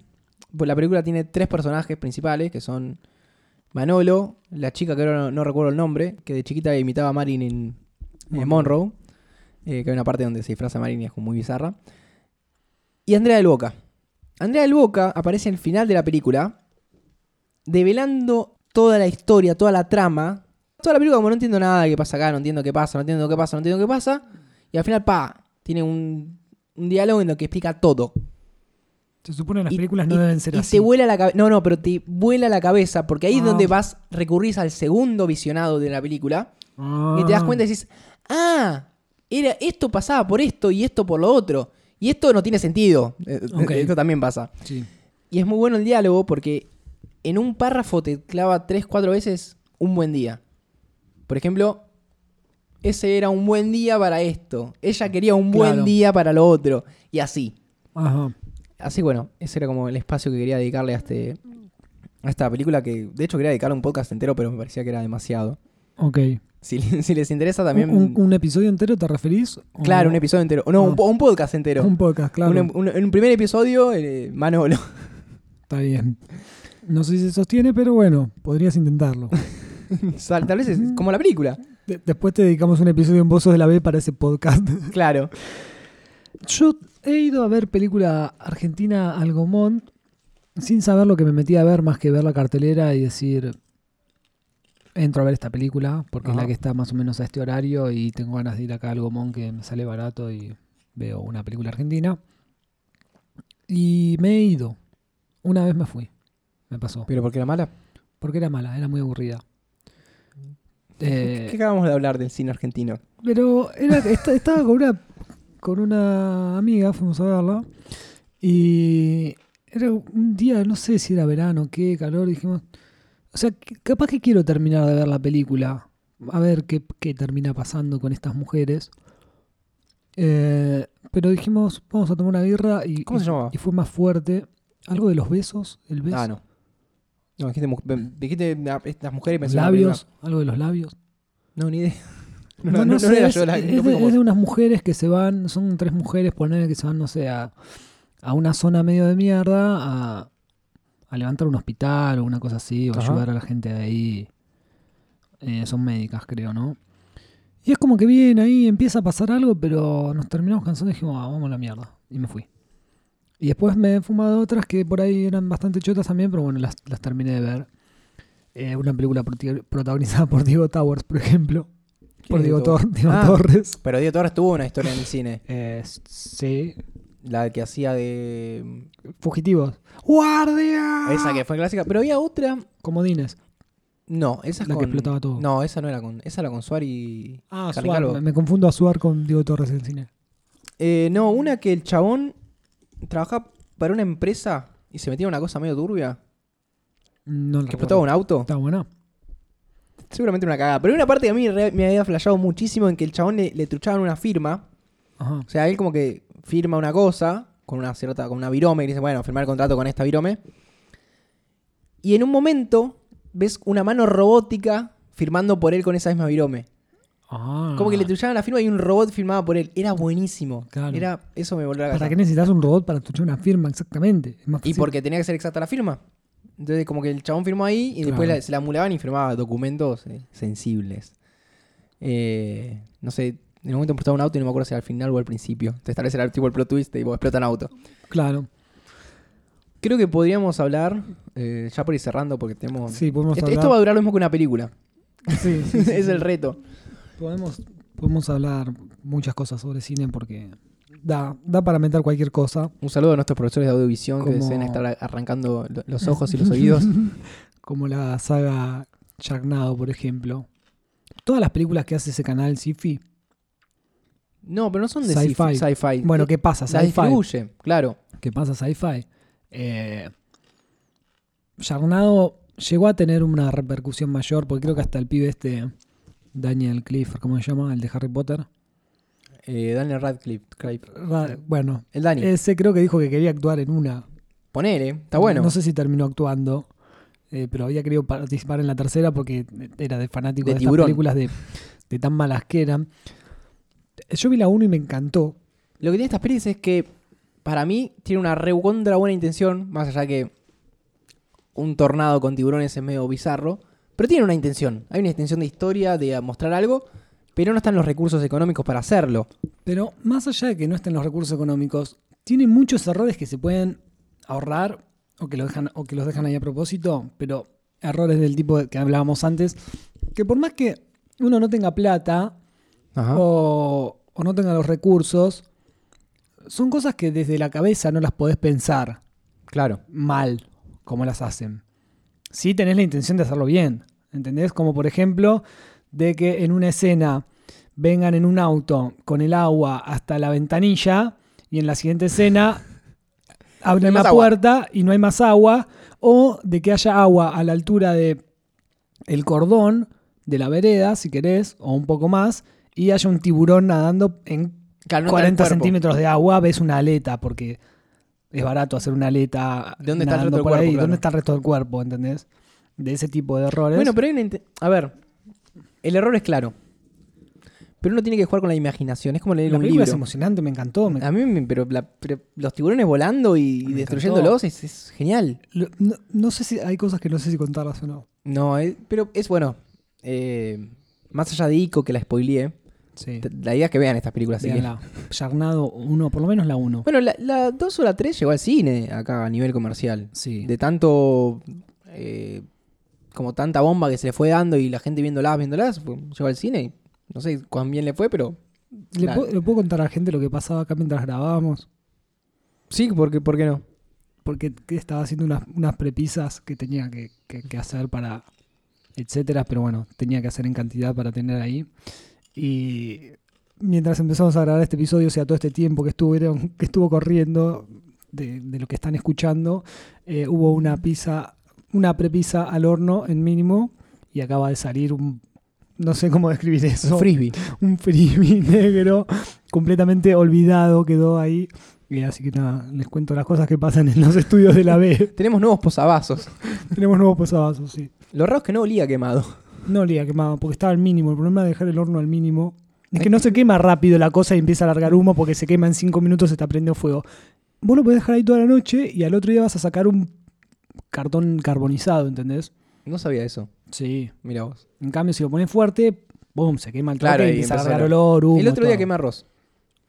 [SPEAKER 2] Pues la película tiene tres personajes principales que son Manolo, la chica que ahora no, no recuerdo el nombre, que de chiquita imitaba a Marin en, en Monroe, eh, que hay una parte donde se disfraza a Marin y es como muy bizarra. Y Andrea del Boca. Andrea del Boca aparece al final de la película, develando toda la historia, toda la trama. Toda la película, como no entiendo nada de qué pasa acá, no entiendo qué pasa, no entiendo qué pasa, no entiendo qué pasa. Y al final, pa, tiene un, un diálogo en lo que explica todo.
[SPEAKER 1] Se supone las
[SPEAKER 2] Y-
[SPEAKER 1] películas
[SPEAKER 2] y-
[SPEAKER 1] no deben ser
[SPEAKER 2] y
[SPEAKER 1] así.
[SPEAKER 2] te vuela la cabeza. No, no, pero te vuela la cabeza, porque ahí es
[SPEAKER 1] Ah.
[SPEAKER 2] donde vas, recurrís al segundo visionado de la película. Y
[SPEAKER 1] Ah.
[SPEAKER 2] te das cuenta y dices, ah, era, esto pasaba por esto y esto por lo otro. Y esto no tiene sentido. Eh,
[SPEAKER 1] Ok.
[SPEAKER 2] Esto también pasa.
[SPEAKER 1] Sí.
[SPEAKER 2] Y es muy bueno el diálogo porque en un párrafo te clava tres, cuatro veces un buen día. Por ejemplo, ese era un buen día para esto. Ella quería un buen
[SPEAKER 1] Claro.
[SPEAKER 2] día para lo otro. Y así.
[SPEAKER 1] Ajá.
[SPEAKER 2] Así que, bueno, ese era como el espacio que quería dedicarle a este. A esta película que de hecho quería dedicarle un podcast entero, pero me parecía que era demasiado.
[SPEAKER 1] Ok.
[SPEAKER 2] Si, [laughs] si les interesa también.
[SPEAKER 1] ¿Un, un episodio entero te referís? ¿O
[SPEAKER 2] Claro, un episodio entero. No, un,
[SPEAKER 1] Ah.
[SPEAKER 2] po- un podcast entero.
[SPEAKER 1] Un podcast, claro.
[SPEAKER 2] Un, em- un- un primer episodio, eh, [laughs] Manolo.
[SPEAKER 1] Está bien. No sé si se sostiene, pero bueno, podrías
[SPEAKER 2] [laughs]
[SPEAKER 1] intentarlo.
[SPEAKER 2] Sal- Tal vez es como la película.
[SPEAKER 1] De- después te dedicamos un episodio en Bozos de la B para ese podcast.
[SPEAKER 2] Claro.
[SPEAKER 1] Yo he ido a ver película argentina al Gomont sin saber lo que me metía a ver más que ver la cartelera y decir entro a ver esta película porque
[SPEAKER 2] Ajá.
[SPEAKER 1] es la que está más o menos a este horario y tengo ganas de ir acá al Gomont que me sale barato y veo una película argentina. Y me he ido. Una vez me fui. Me pasó.
[SPEAKER 2] Pero porque la mala.
[SPEAKER 1] Porque era mala, era muy aburrida. Eh,
[SPEAKER 2] ¿Qué acabamos de hablar del cine argentino?
[SPEAKER 1] pero era, est- estaba con una, con una amiga, fuimos a verla, y era un día, no sé si era verano, qué calor, dijimos, o sea, que- capaz que quiero terminar de ver la película, a ver qué, qué termina pasando con estas mujeres. Eh, pero dijimos, vamos a tomar una birra y,
[SPEAKER 2] ¿Cómo se llamaba?
[SPEAKER 1] y fue más fuerte. Algo de los besos, el beso,
[SPEAKER 2] Ah, no. No, dijiste, mu- dijiste a estas mujeres
[SPEAKER 1] los
[SPEAKER 2] pensaron en la
[SPEAKER 1] labios, algo de los labios.
[SPEAKER 2] película. No, ni idea. [laughs] No,
[SPEAKER 1] No,
[SPEAKER 2] no,
[SPEAKER 1] no
[SPEAKER 2] no
[SPEAKER 1] sé,
[SPEAKER 2] era
[SPEAKER 1] es,
[SPEAKER 2] yo la-
[SPEAKER 1] es
[SPEAKER 2] no fui
[SPEAKER 1] de,
[SPEAKER 2] como-
[SPEAKER 1] es de unas mujeres que se van, son tres mujeres, poner que se van, no sé, a, a una zona medio de mierda, a, a levantar un hospital o una cosa así, o
[SPEAKER 2] Ajá.
[SPEAKER 1] ayudar a la gente de ahí. eh, son médicas, creo, ¿no? Y es como que bien ahí empieza a pasar algo, pero nos terminamos cansando y dijimos, "Ah, vamos a la mierda. Y me fui. Y después me he fumado otras que por ahí eran bastante chotas también, pero bueno, las, las terminé de ver. Eh, una película proti- protagonizada por Diego Towers, por ejemplo. Por
[SPEAKER 2] es
[SPEAKER 1] Diego,
[SPEAKER 2] Diego?
[SPEAKER 1] Tor- Diego
[SPEAKER 2] Ah.
[SPEAKER 1] Torres.
[SPEAKER 2] Pero Diego Torres tuvo una historia en el cine.
[SPEAKER 1] Eh, s- sí.
[SPEAKER 2] La que hacía de.
[SPEAKER 1] Fugitivos. ¡Guardia!
[SPEAKER 2] Esa que fue clásica. Pero había otra.
[SPEAKER 1] Comodines.
[SPEAKER 2] No, esa es
[SPEAKER 1] La que
[SPEAKER 2] con-
[SPEAKER 1] explotaba todo.
[SPEAKER 2] No, esa no era con. Esa era con Suar y.
[SPEAKER 1] Ah,
[SPEAKER 2] Carlin
[SPEAKER 1] Suar.
[SPEAKER 2] Calvo.
[SPEAKER 1] Me, me confundo a Suar con Diego Torres en el cine.
[SPEAKER 2] Eh, no, una que el chabón trabaja para una empresa y se metía en una cosa medio turbia.
[SPEAKER 1] No lo
[SPEAKER 2] Que
[SPEAKER 1] recuerdo.
[SPEAKER 2] explotaba un auto.
[SPEAKER 1] Está buena.
[SPEAKER 2] Seguramente una cagada. Pero hay una parte que a mí re- me había flashado muchísimo en que el chabón le, le truchaban una firma.
[SPEAKER 1] Ajá.
[SPEAKER 2] O sea, él como que firma una cosa con una cierta, con una virome, y dice, bueno, firmar el contrato con esta virome. Y en un momento ves una mano robótica firmando por él con esa misma virome.
[SPEAKER 1] Ah.
[SPEAKER 2] Como que le truchaban la firma y un robot firmaba por él. Era buenísimo.
[SPEAKER 1] Claro.
[SPEAKER 2] Era, eso me volvió a la
[SPEAKER 1] ¿Para
[SPEAKER 2] cabeza.
[SPEAKER 1] qué necesitas un robot para tuchar una firma exactamente? Es más
[SPEAKER 2] Y
[SPEAKER 1] fácil.
[SPEAKER 2] porque tenía que ser exacta la firma. Entonces, como que el chabón firmó ahí y después
[SPEAKER 1] Claro.
[SPEAKER 2] la- se la emulaban y firmaba documentos eh, sensibles. Eh, no sé, en un momento explotaba un auto y no me acuerdo si era al final o al principio. Te establece el tipo el plot twist y vos explotan auto.
[SPEAKER 1] Claro.
[SPEAKER 2] Creo que podríamos hablar, eh, ya por ir cerrando, porque tenemos.
[SPEAKER 1] Sí, podemos
[SPEAKER 2] Esto-
[SPEAKER 1] hablar.
[SPEAKER 2] Esto va a durar lo mismo que una película.
[SPEAKER 1] Sí, sí, sí,
[SPEAKER 2] [laughs] es
[SPEAKER 1] sí.
[SPEAKER 2] el reto.
[SPEAKER 1] Podemos, podemos hablar muchas cosas sobre cine porque da, da para meter cualquier cosa.
[SPEAKER 2] Un saludo a nuestros profesores de audiovisión que
[SPEAKER 1] Como-
[SPEAKER 2] deben estar arrancando lo-
[SPEAKER 1] [laughs]
[SPEAKER 2] los ojos y los oídos.
[SPEAKER 1] Como la saga Sharknado, por ejemplo. Todas las películas que hace ese canal Sci-Fi.
[SPEAKER 2] No, pero no son de
[SPEAKER 1] Sci-fi.
[SPEAKER 2] sci-fi. sci-fi.
[SPEAKER 1] Bueno, ¿qué pasa?
[SPEAKER 2] la
[SPEAKER 1] Sci-Fi.
[SPEAKER 2] distribuye, claro.
[SPEAKER 1] ¿Qué pasa? Sci-Fi. Eh, Sharknado llegó a tener una repercusión mayor porque creo que hasta el pibe este, Daniel Clifford, ¿cómo se llama? El de Harry Potter.
[SPEAKER 2] Eh, Daniel Radcliffe. Craig-
[SPEAKER 1] Ra- Bueno,
[SPEAKER 2] El Dani.
[SPEAKER 1] ese creo que dijo que quería actuar en una.
[SPEAKER 2] Ponele, está bueno.
[SPEAKER 1] No sé si terminó actuando, eh, pero había querido participar en la tercera porque era de fanático
[SPEAKER 2] De
[SPEAKER 1] de, estas
[SPEAKER 2] tiburón.
[SPEAKER 1] películas de, de tan malas que eran. Yo vi la 1 y me encantó.
[SPEAKER 2] Lo que tiene estas pelis es que para mí tiene una re contra buena intención, más allá que un tornado con tiburones es medio bizarro, pero tiene una intención. Hay una intención de historia, de a mostrar algo, pero no están los recursos económicos para hacerlo.
[SPEAKER 1] Pero más allá de que no estén los recursos económicos, tiene muchos errores que se pueden ahorrar o que, lo dejan, o que los dejan ahí a propósito, pero errores del tipo de- que hablábamos antes, que por más que uno no tenga plata, o, o no tengan los recursos, son cosas que desde la cabeza no las podés pensar
[SPEAKER 2] Claro.
[SPEAKER 1] mal como las hacen. Si tenés la intención de hacerlo bien, ¿entendés? Como por ejemplo, de que en una escena vengan en un auto con el agua hasta la ventanilla y en la siguiente escena abren
[SPEAKER 2] [laughs] No hay
[SPEAKER 1] la
[SPEAKER 2] más agua.
[SPEAKER 1] puerta y no hay más agua, o de que haya agua a la altura de el cordón de la vereda, si querés, o un poco más, y haya un tiburón nadando en
[SPEAKER 2] Claro, no está el
[SPEAKER 1] 40
[SPEAKER 2] cuerpo.
[SPEAKER 1] centímetros de agua ves una aleta, porque es barato hacer una aleta.
[SPEAKER 2] ¿De dónde está el
[SPEAKER 1] nadando
[SPEAKER 2] resto del
[SPEAKER 1] por
[SPEAKER 2] cuerpo,
[SPEAKER 1] ahí.
[SPEAKER 2] claro?
[SPEAKER 1] ¿Dónde está el resto del cuerpo? ¿Entendés? De ese tipo de errores.
[SPEAKER 2] Bueno, pero hay una inte- A ver, el error es claro. Pero uno tiene que jugar con la imaginación, es como leer
[SPEAKER 1] la
[SPEAKER 2] un
[SPEAKER 1] película
[SPEAKER 2] libro.
[SPEAKER 1] es emocionante, me encantó. me-
[SPEAKER 2] A mí, me- Ah, pero, la- pero los tiburones volando y
[SPEAKER 1] Me
[SPEAKER 2] destruyéndolos es, es genial.
[SPEAKER 1] Lo- no, no sé si hay cosas que no sé si contarlas o no.
[SPEAKER 2] No, es- pero es bueno. eh, más allá de Ico, que la spoileé,
[SPEAKER 1] Sí.
[SPEAKER 2] t- la idea es que vean estas películas. así que-
[SPEAKER 1] Véanla. Yarnado 1, por lo menos la 1.
[SPEAKER 2] Bueno, la, la 2 o la 3 llegó al cine acá a nivel comercial.
[SPEAKER 1] Sí.
[SPEAKER 2] De tanto. eh, como tanta bomba que se le fue dando y la gente viéndolas, viéndolas, fue- llegó al cine. y No sé cuán bien le fue, pero.
[SPEAKER 1] ¿Le,
[SPEAKER 2] la-
[SPEAKER 1] puedo, le puedo contar a la gente lo que pasaba acá mientras grabábamos?
[SPEAKER 2] Sí, porque, ¿por qué no?
[SPEAKER 1] Porque que estaba haciendo unas, unas prepisas que tenía que, que- que hacer para etcétera, pero bueno, tenía que hacer en cantidad para tener ahí. Y mientras empezamos a grabar este episodio, o sea, todo este tiempo que estuvieron, [laughs] que estuvo corriendo de, de lo que están escuchando, eh, hubo una pizza, una prepisa al horno en mínimo, y acaba de salir un no sé cómo describir eso
[SPEAKER 2] Frisbee.
[SPEAKER 1] un frisbee [laughs] negro completamente olvidado quedó ahí. Y así que nada, les cuento las cosas que pasan en los [laughs] estudios de la B.
[SPEAKER 2] Tenemos nuevos posavasos.
[SPEAKER 1] Tenemos nuevos posavasos, sí.
[SPEAKER 2] Lo raro es que no olía quemado.
[SPEAKER 1] No olía quemado, porque estaba al mínimo. El problema de dejar el horno al mínimo es que no se quema rápido la cosa y empieza a largar humo porque se quema en 5 minutos, se te prende fuego. Vos lo podés dejar ahí toda la noche y al otro día vas a sacar un cartón carbonizado, ¿entendés?
[SPEAKER 2] No sabía eso.
[SPEAKER 1] Sí.
[SPEAKER 2] Mira vos.
[SPEAKER 1] En cambio, si lo pones fuerte, boom, se quema el trapo
[SPEAKER 2] Claro,
[SPEAKER 1] y
[SPEAKER 2] y
[SPEAKER 1] empieza a
[SPEAKER 2] empieza
[SPEAKER 1] largar
[SPEAKER 2] a-
[SPEAKER 1] olor, humo,
[SPEAKER 2] el otro día
[SPEAKER 1] todo.
[SPEAKER 2] quemé arroz.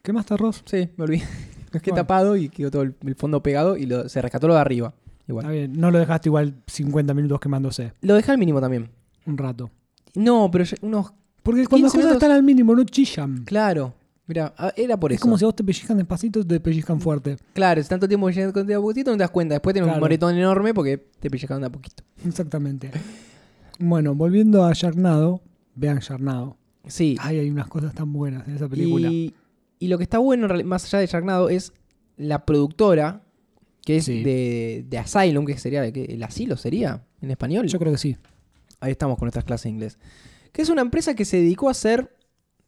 [SPEAKER 1] ¿Quemaste arroz?
[SPEAKER 2] Sí, me olvidé. [laughs] Lo quedé
[SPEAKER 1] Bueno.
[SPEAKER 2] tapado y quedó todo el, el fondo pegado y lo- se rescató lo de arriba. Igual.
[SPEAKER 1] Está bien, no lo dejaste igual 50 minutos quemándose.
[SPEAKER 2] Lo dejé al mínimo también.
[SPEAKER 1] Un rato.
[SPEAKER 2] No, pero ya- unos.
[SPEAKER 1] Porque cuando las
[SPEAKER 2] 15
[SPEAKER 1] cosas
[SPEAKER 2] minutos.
[SPEAKER 1] están al mínimo, no chillan.
[SPEAKER 2] Claro. Mira, era por
[SPEAKER 1] Es
[SPEAKER 2] eso. Mm.
[SPEAKER 1] como si a vos te pellizcan despacito y te pellizcan fuerte. [laughs]
[SPEAKER 2] Claro, es tanto tiempo que llegas con un poquitito, no te das cuenta. Después tenés
[SPEAKER 1] Claro.
[SPEAKER 2] un moretón enorme porque te pellejaron de a poquito.
[SPEAKER 1] Exactamente. Bueno, volviendo a Sharknado. Vean Sharknado.
[SPEAKER 2] Sí.
[SPEAKER 1] Ay, hay unas cosas tan buenas en esa película.
[SPEAKER 2] Y, y lo que está bueno, en reali- más allá de Sharknado, es la productora, que es
[SPEAKER 1] Sí.
[SPEAKER 2] de, de Asylum, que sería que- el asilo, sería en español.
[SPEAKER 1] Yo creo que sí.
[SPEAKER 2] Ahí estamos con nuestras clases de inglés. Que es una empresa que se dedicó a hacer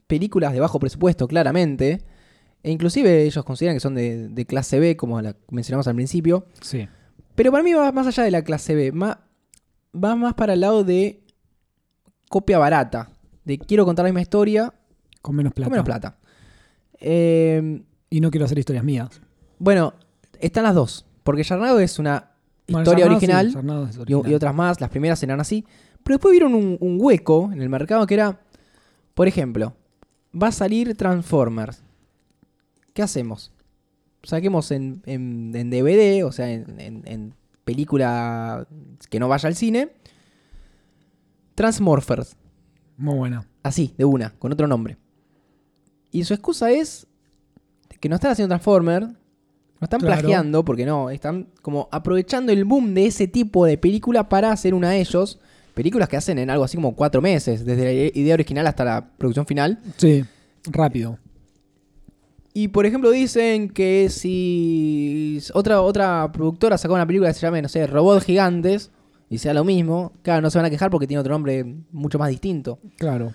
[SPEAKER 2] películas de bajo presupuesto, claramente. E inclusive ellos consideran que son de, de clase B, como la mencionamos al principio.
[SPEAKER 1] Sí.
[SPEAKER 2] Pero para mí va más allá de la clase B. ma- va más para el lado de copia barata. De quiero contar la misma historia
[SPEAKER 1] Con menos plata.
[SPEAKER 2] con menos plata. Eh,
[SPEAKER 1] Y no quiero hacer historias mías.
[SPEAKER 2] bueno, están las dos. Porque Yarnado es una
[SPEAKER 1] Bueno,
[SPEAKER 2] historia
[SPEAKER 1] Sharknado sí,
[SPEAKER 2] original.
[SPEAKER 1] Sharknado es
[SPEAKER 2] y, y
[SPEAKER 1] original.
[SPEAKER 2] otras más, las primeras eran así. Pero después vieron un, un hueco en el mercado que era, por ejemplo, va a salir Transformers. ¿Qué hacemos? Saquemos en, en- en DVD, o sea, en, en- en película que no vaya al cine, Transmorphers,
[SPEAKER 1] Muy buena.
[SPEAKER 2] así, de una, con otro nombre. Y su excusa es que no están haciendo Transformers, no están
[SPEAKER 1] Claro.
[SPEAKER 2] plagiando, porque no, están como aprovechando el boom de ese tipo de película para hacer una de ellos. Películas que hacen en algo así como cuatro meses, desde la idea original hasta la producción final.
[SPEAKER 1] Sí. Rápido.
[SPEAKER 2] Y por ejemplo dicen que si otra, otra productora sacó una película que se llame, no sé, Robot Gigantes, y sea lo mismo, claro, no se van a quejar porque tiene otro nombre mucho más distinto.
[SPEAKER 1] Claro.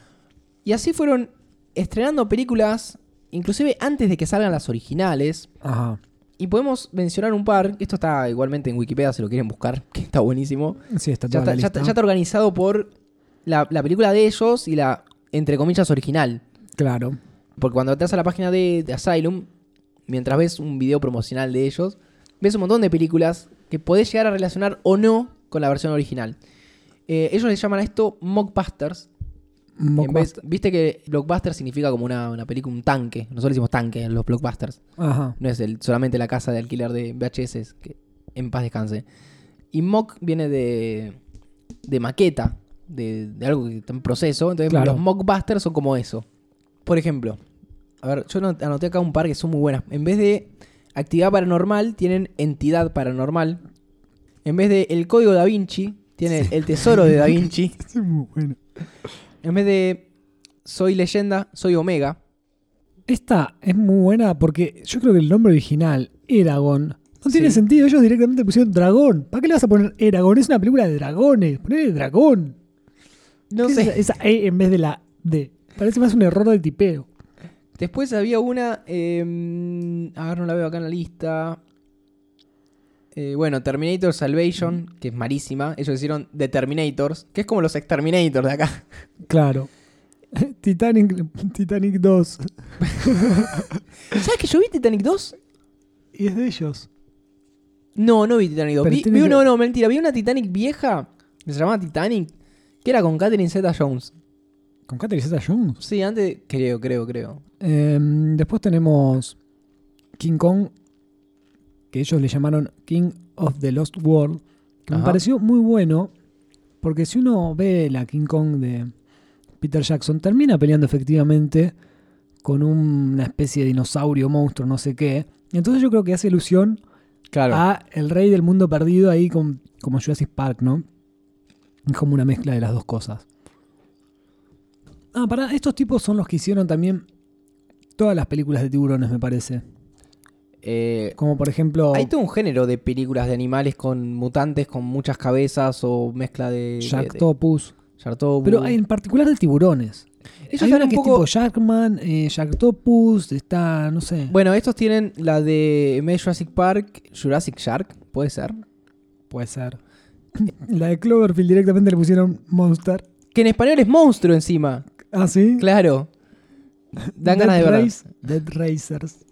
[SPEAKER 2] Y así fueron estrenando películas, inclusive antes de que salgan las originales,
[SPEAKER 1] Ajá.
[SPEAKER 2] Y podemos mencionar un par. Esto está igualmente en Wikipedia, si lo quieren buscar, [laughs] que está buenísimo.
[SPEAKER 1] Sí, está toda
[SPEAKER 2] Ya está,
[SPEAKER 1] la
[SPEAKER 2] ya está-
[SPEAKER 1] lista.
[SPEAKER 2] ya está organizado por la, la película de ellos y la, entre comillas, original.
[SPEAKER 1] Claro.
[SPEAKER 2] Porque cuando te vas a la página de, de Asylum, mientras ves un video promocional de ellos, ves un montón de películas que podés llegar a relacionar o no con la versión original. Eh, ellos le llaman a esto mockbusters. En vez-
[SPEAKER 1] Mockbust-
[SPEAKER 2] Viste que blockbuster significa como una, una película, un tanque. Nosotros le decimos tanque en los blockbusters. [laughs]
[SPEAKER 1] Ajá.
[SPEAKER 2] No es el- solamente la casa de alquiler de VHS, que en paz descanse. Y mock viene de, de maqueta, de, de algo que está en proceso. Entonces
[SPEAKER 1] Claro.
[SPEAKER 2] los mockbusters son como eso. Por ejemplo, a ver, yo no- anoté acá un par que son muy buenas. En vez de actividad paranormal, tienen entidad paranormal. En vez de el código da Vinci, tiene el tesoro [laughs] de da Vinci.
[SPEAKER 1] Sí, muy bueno.
[SPEAKER 2] En vez de soy leyenda, soy omega.
[SPEAKER 1] Esta es muy buena porque yo creo que el nombre original, Eragon, no tiene
[SPEAKER 2] Sí.
[SPEAKER 1] sentido. Ellos directamente pusieron dragón. ¿Para qué le vas a poner Eragon? Es una película de dragones. Ponele dragón.
[SPEAKER 2] No
[SPEAKER 1] ¿Qué
[SPEAKER 2] sé.
[SPEAKER 1] es Esa, esa E en vez de la D. Parece más un error de tipeo.
[SPEAKER 2] Después había una. eh, a ver, no la veo acá en la lista. Eh, bueno, Terminator Salvation, que es malísima. Ellos hicieron The Terminators, que es como los Exterminators
[SPEAKER 1] [laughs]
[SPEAKER 2] de acá.
[SPEAKER 1] Claro. Titanic, Titanic 2.
[SPEAKER 2] ¿Sabes que yo vi Titanic 2?
[SPEAKER 1] Y es de ellos.
[SPEAKER 2] No, no vi Titanic 2.
[SPEAKER 1] Pero
[SPEAKER 2] Vi,
[SPEAKER 1] tiene
[SPEAKER 2] vi-
[SPEAKER 1] que-
[SPEAKER 2] no, no, mentira. Vi una Titanic vieja que se llamaba Titanic, que era con Catherine Zeta Jones.
[SPEAKER 1] Con Catherine Zeta Jones.
[SPEAKER 2] Sí, antes. de- Creo, creo, creo.
[SPEAKER 1] Em, después tenemos King Kong, que ellos le llamaron King of the Lost World. Que me
[SPEAKER 2] Ajá.
[SPEAKER 1] pareció muy bueno. Porque si uno ve la King Kong de Peter Jackson, termina peleando efectivamente con un- una especie de dinosaurio, monstruo, no sé qué. Entonces yo creo que hace ilusión
[SPEAKER 2] Claro.
[SPEAKER 1] a El Rey del Mundo Perdido ahí con, como Jurassic Park, ¿no? Es como una mezcla de las dos cosas. Ah, pará, estos tipos son los que hicieron también todas las películas de tiburones, me parece.
[SPEAKER 2] Eh,
[SPEAKER 1] Como por ejemplo
[SPEAKER 2] Hay todo un género de películas de animales con mutantes, con muchas cabezas o mezcla de. de-
[SPEAKER 1] Jack
[SPEAKER 2] de-
[SPEAKER 1] Topus.
[SPEAKER 2] Sharktobu.
[SPEAKER 1] Pero en particular de tiburones.
[SPEAKER 2] Ellos
[SPEAKER 1] Hay
[SPEAKER 2] están
[SPEAKER 1] una
[SPEAKER 2] un
[SPEAKER 1] que
[SPEAKER 2] poco-
[SPEAKER 1] es tipo Jackman, eh, Jack Topus, está, no sé.
[SPEAKER 2] Bueno, estos tienen la de Medio Jurassic Park, Jurassic Shark, puede ser.
[SPEAKER 1] puede ser. [laughs] La de Cloverfield directamente le pusieron Monster.
[SPEAKER 2] Que en español es monstruo encima.
[SPEAKER 1] Ah, sí.
[SPEAKER 2] Claro. Dan ganas de
[SPEAKER 1] Dead
[SPEAKER 2] verla.
[SPEAKER 1] Race- Dead Racers.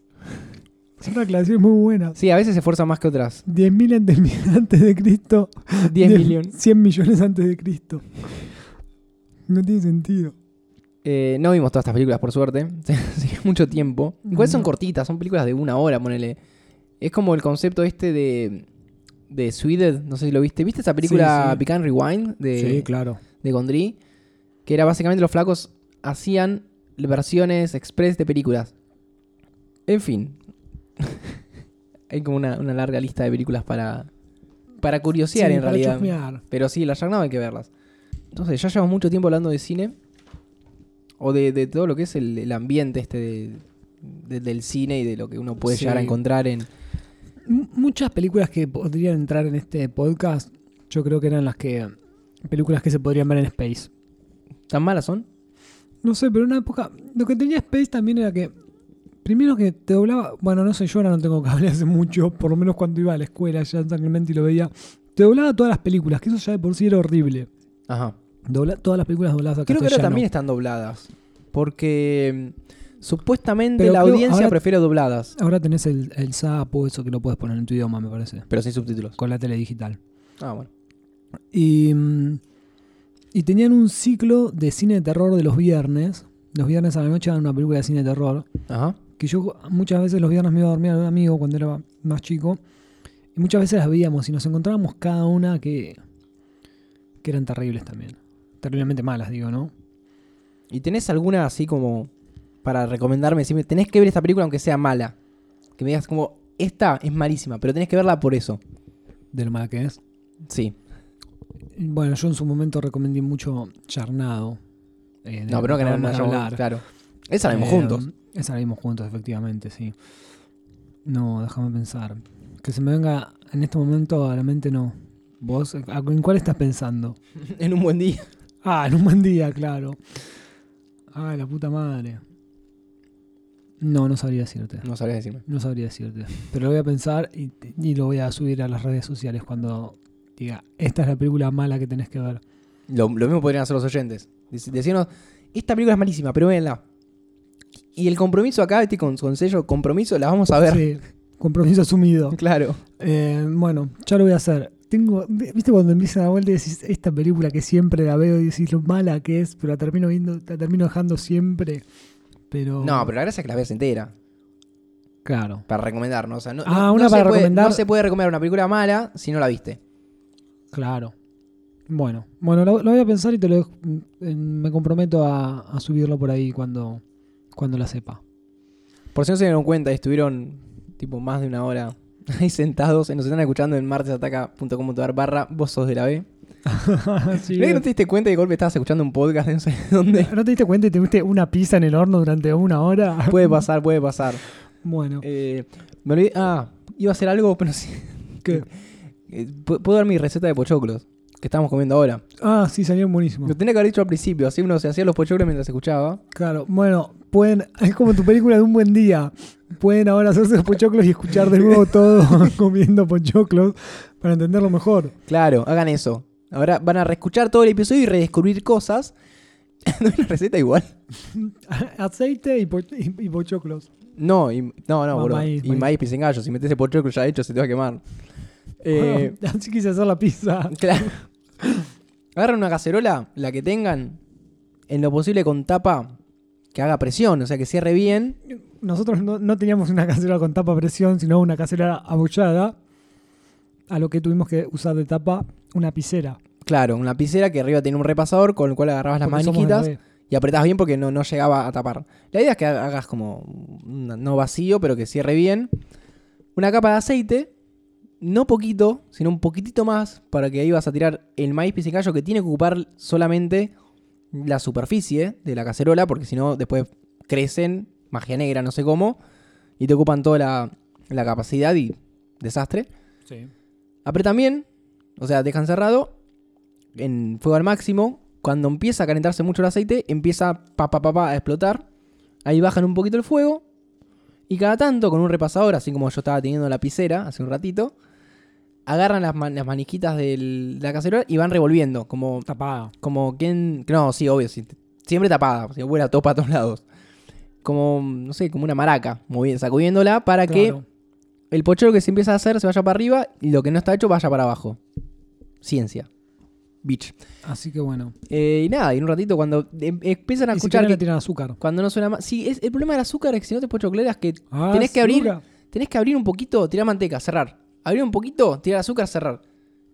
[SPEAKER 1] Son una aclaración muy buena.
[SPEAKER 2] Sí, a veces se esfuerza más
[SPEAKER 1] [laughs]
[SPEAKER 2] que otras.
[SPEAKER 1] 10.000 antes de- antes de Cristo
[SPEAKER 2] 10
[SPEAKER 1] de-
[SPEAKER 2] millones.
[SPEAKER 1] 100 millones antes de Cristo. No tiene sentido.
[SPEAKER 2] Eh, no vimos todas estas películas, por suerte. [laughs] Así que mucho tiempo. Igual son
[SPEAKER 1] No.
[SPEAKER 2] cortitas, son películas de una hora, ponele. Es como el concepto este de. de Suited, no sé si lo viste. ¿Viste esa película
[SPEAKER 1] Sí, sí.
[SPEAKER 2] Pican Rewind de,
[SPEAKER 1] claro.
[SPEAKER 2] de Gondry? Que era básicamente los flacos hacían versiones express de películas. En fin. [laughs] Hay como una, una larga lista de películas para. para curiosear en realidad. Pero sí, las Ragnarok hay que verlas. Entonces, ya llevamos mucho tiempo hablando de cine. O de, de todo lo que es el, el ambiente este de- de- del cine y de lo que uno puede
[SPEAKER 1] Sí.
[SPEAKER 2] llegar a encontrar en...
[SPEAKER 1] Muchas películas que podrían entrar en este podcast, yo creo que eran las que. Películas que se podrían ver en Space.
[SPEAKER 2] ¿Tan malas son?
[SPEAKER 1] No sé, pero en una época. Lo que tenía Space también era que. Primero que te doblaba. Bueno, no sé, yo ahora no tengo cable hace mucho. Por lo menos cuando iba a la escuela ya en San Clemente y lo veía. Te doblaba todas las películas, que eso ya de por sí era horrible.
[SPEAKER 2] Ajá.
[SPEAKER 1] Dobla- todas las películas dobladas a
[SPEAKER 2] Creo que ahora
[SPEAKER 1] castellano.
[SPEAKER 2] también están dobladas. Porque mm, supuestamente
[SPEAKER 1] Pero
[SPEAKER 2] la
[SPEAKER 1] creo
[SPEAKER 2] audiencia
[SPEAKER 1] ahora-
[SPEAKER 2] prefiere dobladas.
[SPEAKER 1] Ahora tenés el, el sapo, eso que lo puedes poner en tu idioma, me parece.
[SPEAKER 2] Pero sin subtítulos.
[SPEAKER 1] Con la tele digital.
[SPEAKER 2] Ah, bueno.
[SPEAKER 1] Y, mm, y tenían un ciclo de cine de terror de los viernes. Los viernes a la noche daban una película de cine de terror.
[SPEAKER 2] Ajá.
[SPEAKER 1] Que yo muchas veces los viernes me iba a dormir a un amigo cuando era más chico. Y muchas veces las veíamos y nos encontrábamos cada una que, que eran terribles también. Terriblemente malas, digo, ¿no?
[SPEAKER 2] ¿Y tenés alguna así como para recomendarme? Decirme, tenés que ver esta película aunque sea mala. Que me digas como, esta es malísima, pero tenés que verla por eso. Eh,
[SPEAKER 1] De lo mala que es.
[SPEAKER 2] Sí.
[SPEAKER 1] Bueno, yo en su momento recomendé mucho Charnado. eh, de
[SPEAKER 2] No,
[SPEAKER 1] la
[SPEAKER 2] pero no que no,
[SPEAKER 1] acabamos de
[SPEAKER 2] no, no,
[SPEAKER 1] hablar.
[SPEAKER 2] Claro. Esa la vimos
[SPEAKER 1] Eh,
[SPEAKER 2] juntos.
[SPEAKER 1] Esa la vimos juntos, efectivamente, sí. No, déjame pensar. Que se me venga en este momento a la mente, no. ¿Vos eh, en cuál estás pensando?
[SPEAKER 2] [laughs] En un buen día.
[SPEAKER 1] Ah, en un buen día, claro. Ah, la puta madre. No, no sabría decirte.
[SPEAKER 2] No sabrías decirme.
[SPEAKER 1] No sabría decirte. Pero lo voy a pensar y, y lo voy a subir a las redes sociales cuando diga, esta es la película mala que tenés que ver.
[SPEAKER 2] Lo, lo mismo podrían hacer los oyentes. Dec- Decirnos, esta película es malísima, pero véanla. Y el compromiso acá, este con, con sello compromiso, la vamos a ver.
[SPEAKER 1] Sí, compromiso asumido.
[SPEAKER 2] [laughs] Claro.
[SPEAKER 1] Eh, bueno, ya lo voy a hacer. Tengo, ¿viste cuando empiezan a vuelta y decís esta película que siempre la veo y decís lo mala que es, pero la termino viendo, la termino dejando siempre? Pero.
[SPEAKER 2] No, pero la gracia es que la veas entera.
[SPEAKER 1] Claro.
[SPEAKER 2] Para recomendarnos. O sea, no,
[SPEAKER 1] Ah,
[SPEAKER 2] no-
[SPEAKER 1] una
[SPEAKER 2] no se
[SPEAKER 1] para
[SPEAKER 2] puede-
[SPEAKER 1] recomendar.
[SPEAKER 2] No se puede recomendar una película mala si no la viste.
[SPEAKER 1] Claro. Bueno, bueno, lo, lo voy a pensar y te lo dejo- eh, me comprometo a, a subirlo por ahí cuando, cuando la
[SPEAKER 2] [laughs]
[SPEAKER 1] sepa. [laughs]
[SPEAKER 2] Por si no se dieron cuenta, estuvieron tipo más de una hora [laughs] ahí sentados. eh, Nos están escuchando en martesataca.com.ar barra vos sos de la B.
[SPEAKER 1] Sí,
[SPEAKER 2] ¿No es que ¿No te diste cuenta y de golpe estabas escuchando un podcast [laughs] de no sé dónde?
[SPEAKER 1] ¿No te diste cuenta y te viste una pizza en el horno durante una hora? [laughs]
[SPEAKER 2] Puede pasar, puede pasar.
[SPEAKER 1] Bueno,
[SPEAKER 2] Eh, me olvidé. Ah, iba a hacer algo, pero sí. [laughs]
[SPEAKER 1] ¿qué?
[SPEAKER 2] Eh, pu- Puedo dar mi receta de pochoclos que estamos comiendo ahora.
[SPEAKER 1] Ah, sí, salieron buenísimos.
[SPEAKER 2] Lo tenía que haber dicho al principio, así uno se hacía los pochoclos mientras escuchaba.
[SPEAKER 1] Claro, bueno, pueden, es como tu película de un buen día. Pueden ahora hacerse los pochoclos y escuchar de nuevo todo [laughs] comiendo pochoclos para entenderlo mejor. [laughs]
[SPEAKER 2] Claro, hagan eso. Ahora van a reescuchar todo el episodio y redescubrir cosas. [laughs] no hay una receta igual.
[SPEAKER 1] Aceite y, po- y- y pochoclos.
[SPEAKER 2] No, y, no, no,
[SPEAKER 1] Ma-
[SPEAKER 2] boludo.
[SPEAKER 1] maíz,
[SPEAKER 2] y
[SPEAKER 1] maíz.
[SPEAKER 2] maíz sin gallo. Si metes el pochoclo ya hecho, se te va a quemar.
[SPEAKER 1] [laughs]
[SPEAKER 2] Eh,
[SPEAKER 1] Así quise hacer la pizza.
[SPEAKER 2] Claro. Agarran una cacerola, la que tengan, en lo posible con tapa que haga presión, o sea, que cierre bien.
[SPEAKER 1] Nosotros no, no teníamos una cacerola con tapa a presión, sino una cacerola abollada, a lo que tuvimos que usar de tapa una pisera.
[SPEAKER 2] Claro, una lapicera que arriba tiene un repasador con el cual agarrabas las
[SPEAKER 1] porque somos de
[SPEAKER 2] maniquitas
[SPEAKER 1] la B.
[SPEAKER 2] y apretás bien porque no, no llegaba a tapar. La idea es que hagas como un- no vacío, pero que cierre bien. Una capa de aceite, no poquito, sino un poquitito más, para que ahí vas a tirar el maíz pizzicayo que tiene que ocupar solamente la superficie de la cacerola, porque si no después crecen, magia negra, no sé cómo, y te ocupan toda la, la capacidad y desastre. Apretan bien, o sea, dejan cerrado en fuego al máximo. Cuando empieza a calentarse mucho el aceite, empieza pa pa pa, pa, a explotar. Ahí bajan un poquito el fuego. Y cada tanto, con un repasador, así como yo estaba teniendo la piscera hace un ratito, agarran las, man- las maniquitas del- de la cacerola y van revolviendo. Como,
[SPEAKER 1] Tapada.
[SPEAKER 2] como quien. No, sí, obvio, sí, siempre tapada, porque vuela todo para todos lados. como, no sé, como una maraca, moviendo, sacudiéndola para
[SPEAKER 1] Claro.
[SPEAKER 2] que el pochero que se empieza a hacer se vaya para arriba y lo que no está hecho vaya para abajo. Ciencia. Bitch.
[SPEAKER 1] Así que bueno.
[SPEAKER 2] Eh, y nada, y en un ratito cuando em- empiezan a
[SPEAKER 1] Y si
[SPEAKER 2] escuchar
[SPEAKER 1] querés le
[SPEAKER 2] que-
[SPEAKER 1] tiran azúcar.
[SPEAKER 2] cuando no suena más... Sí, es, el problema del azúcar es que si no te pones chocleras que
[SPEAKER 1] Ah,
[SPEAKER 2] tenés que abrir
[SPEAKER 1] azúcar.
[SPEAKER 2] tenés que abrir un poquito, tirar manteca, cerrar. Abrir un poquito, tirar azúcar, cerrar.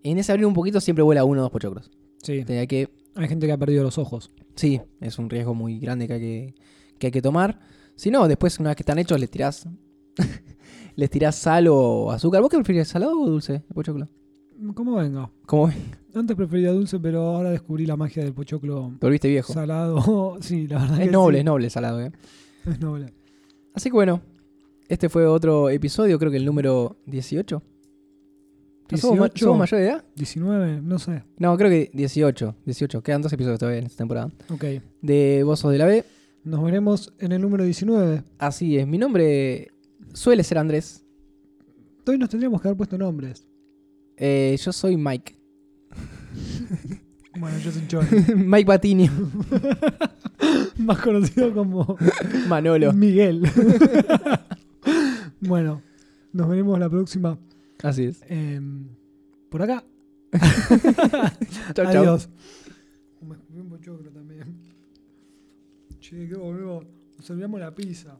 [SPEAKER 2] En ese abrir un poquito siempre vuela uno o dos pochoclos.
[SPEAKER 1] Sí.
[SPEAKER 2] Tenía que
[SPEAKER 1] Hay gente que ha perdido los ojos.
[SPEAKER 2] Sí, es un riesgo muy grande que hay que, que hay que tomar. Si no, después, una vez que están hechos, les tirás. [laughs] les tirás sal o azúcar. ¿Vos qué prefieres, salado o dulce? El pochoclo.
[SPEAKER 1] ¿Cómo venga?
[SPEAKER 2] Como
[SPEAKER 1] Antes prefería dulce, pero ahora descubrí la magia del pochoclo
[SPEAKER 2] te volviste viejo.
[SPEAKER 1] salado. [laughs] sí, la verdad que
[SPEAKER 2] es noble, es
[SPEAKER 1] sí.
[SPEAKER 2] noble el salado, ¿eh?
[SPEAKER 1] Es noble.
[SPEAKER 2] Así que bueno, este fue otro episodio, creo que el número 18. ¿Ya ¿Somos, ma-
[SPEAKER 1] 18.
[SPEAKER 2] somos mayor de edad?
[SPEAKER 1] 19, no sé.
[SPEAKER 2] No, creo que 18. 18. Quedan dos episodios todavía en esta temporada.
[SPEAKER 1] Ok.
[SPEAKER 2] De Vos sos de la B.
[SPEAKER 1] Nos veremos en el número 19.
[SPEAKER 2] Así es, mi nombre suele ser Andrés.
[SPEAKER 1] Hoy nos tendríamos que haber puesto nombres.
[SPEAKER 2] Eh, yo soy Mike. [laughs]
[SPEAKER 1] Bueno, yo soy Chon.
[SPEAKER 2] Mike Batini. [laughs]
[SPEAKER 1] Más conocido como [laughs]
[SPEAKER 2] Manolo.
[SPEAKER 1] Miguel. bueno, nos veremos la próxima.
[SPEAKER 2] Así es.
[SPEAKER 1] em, por
[SPEAKER 2] [laughs]
[SPEAKER 1] acá.
[SPEAKER 2] Chau, chau.
[SPEAKER 1] Adiós. Me escupí un pochoclo también. Che, qué boludo. Nos olvidamos la pizza.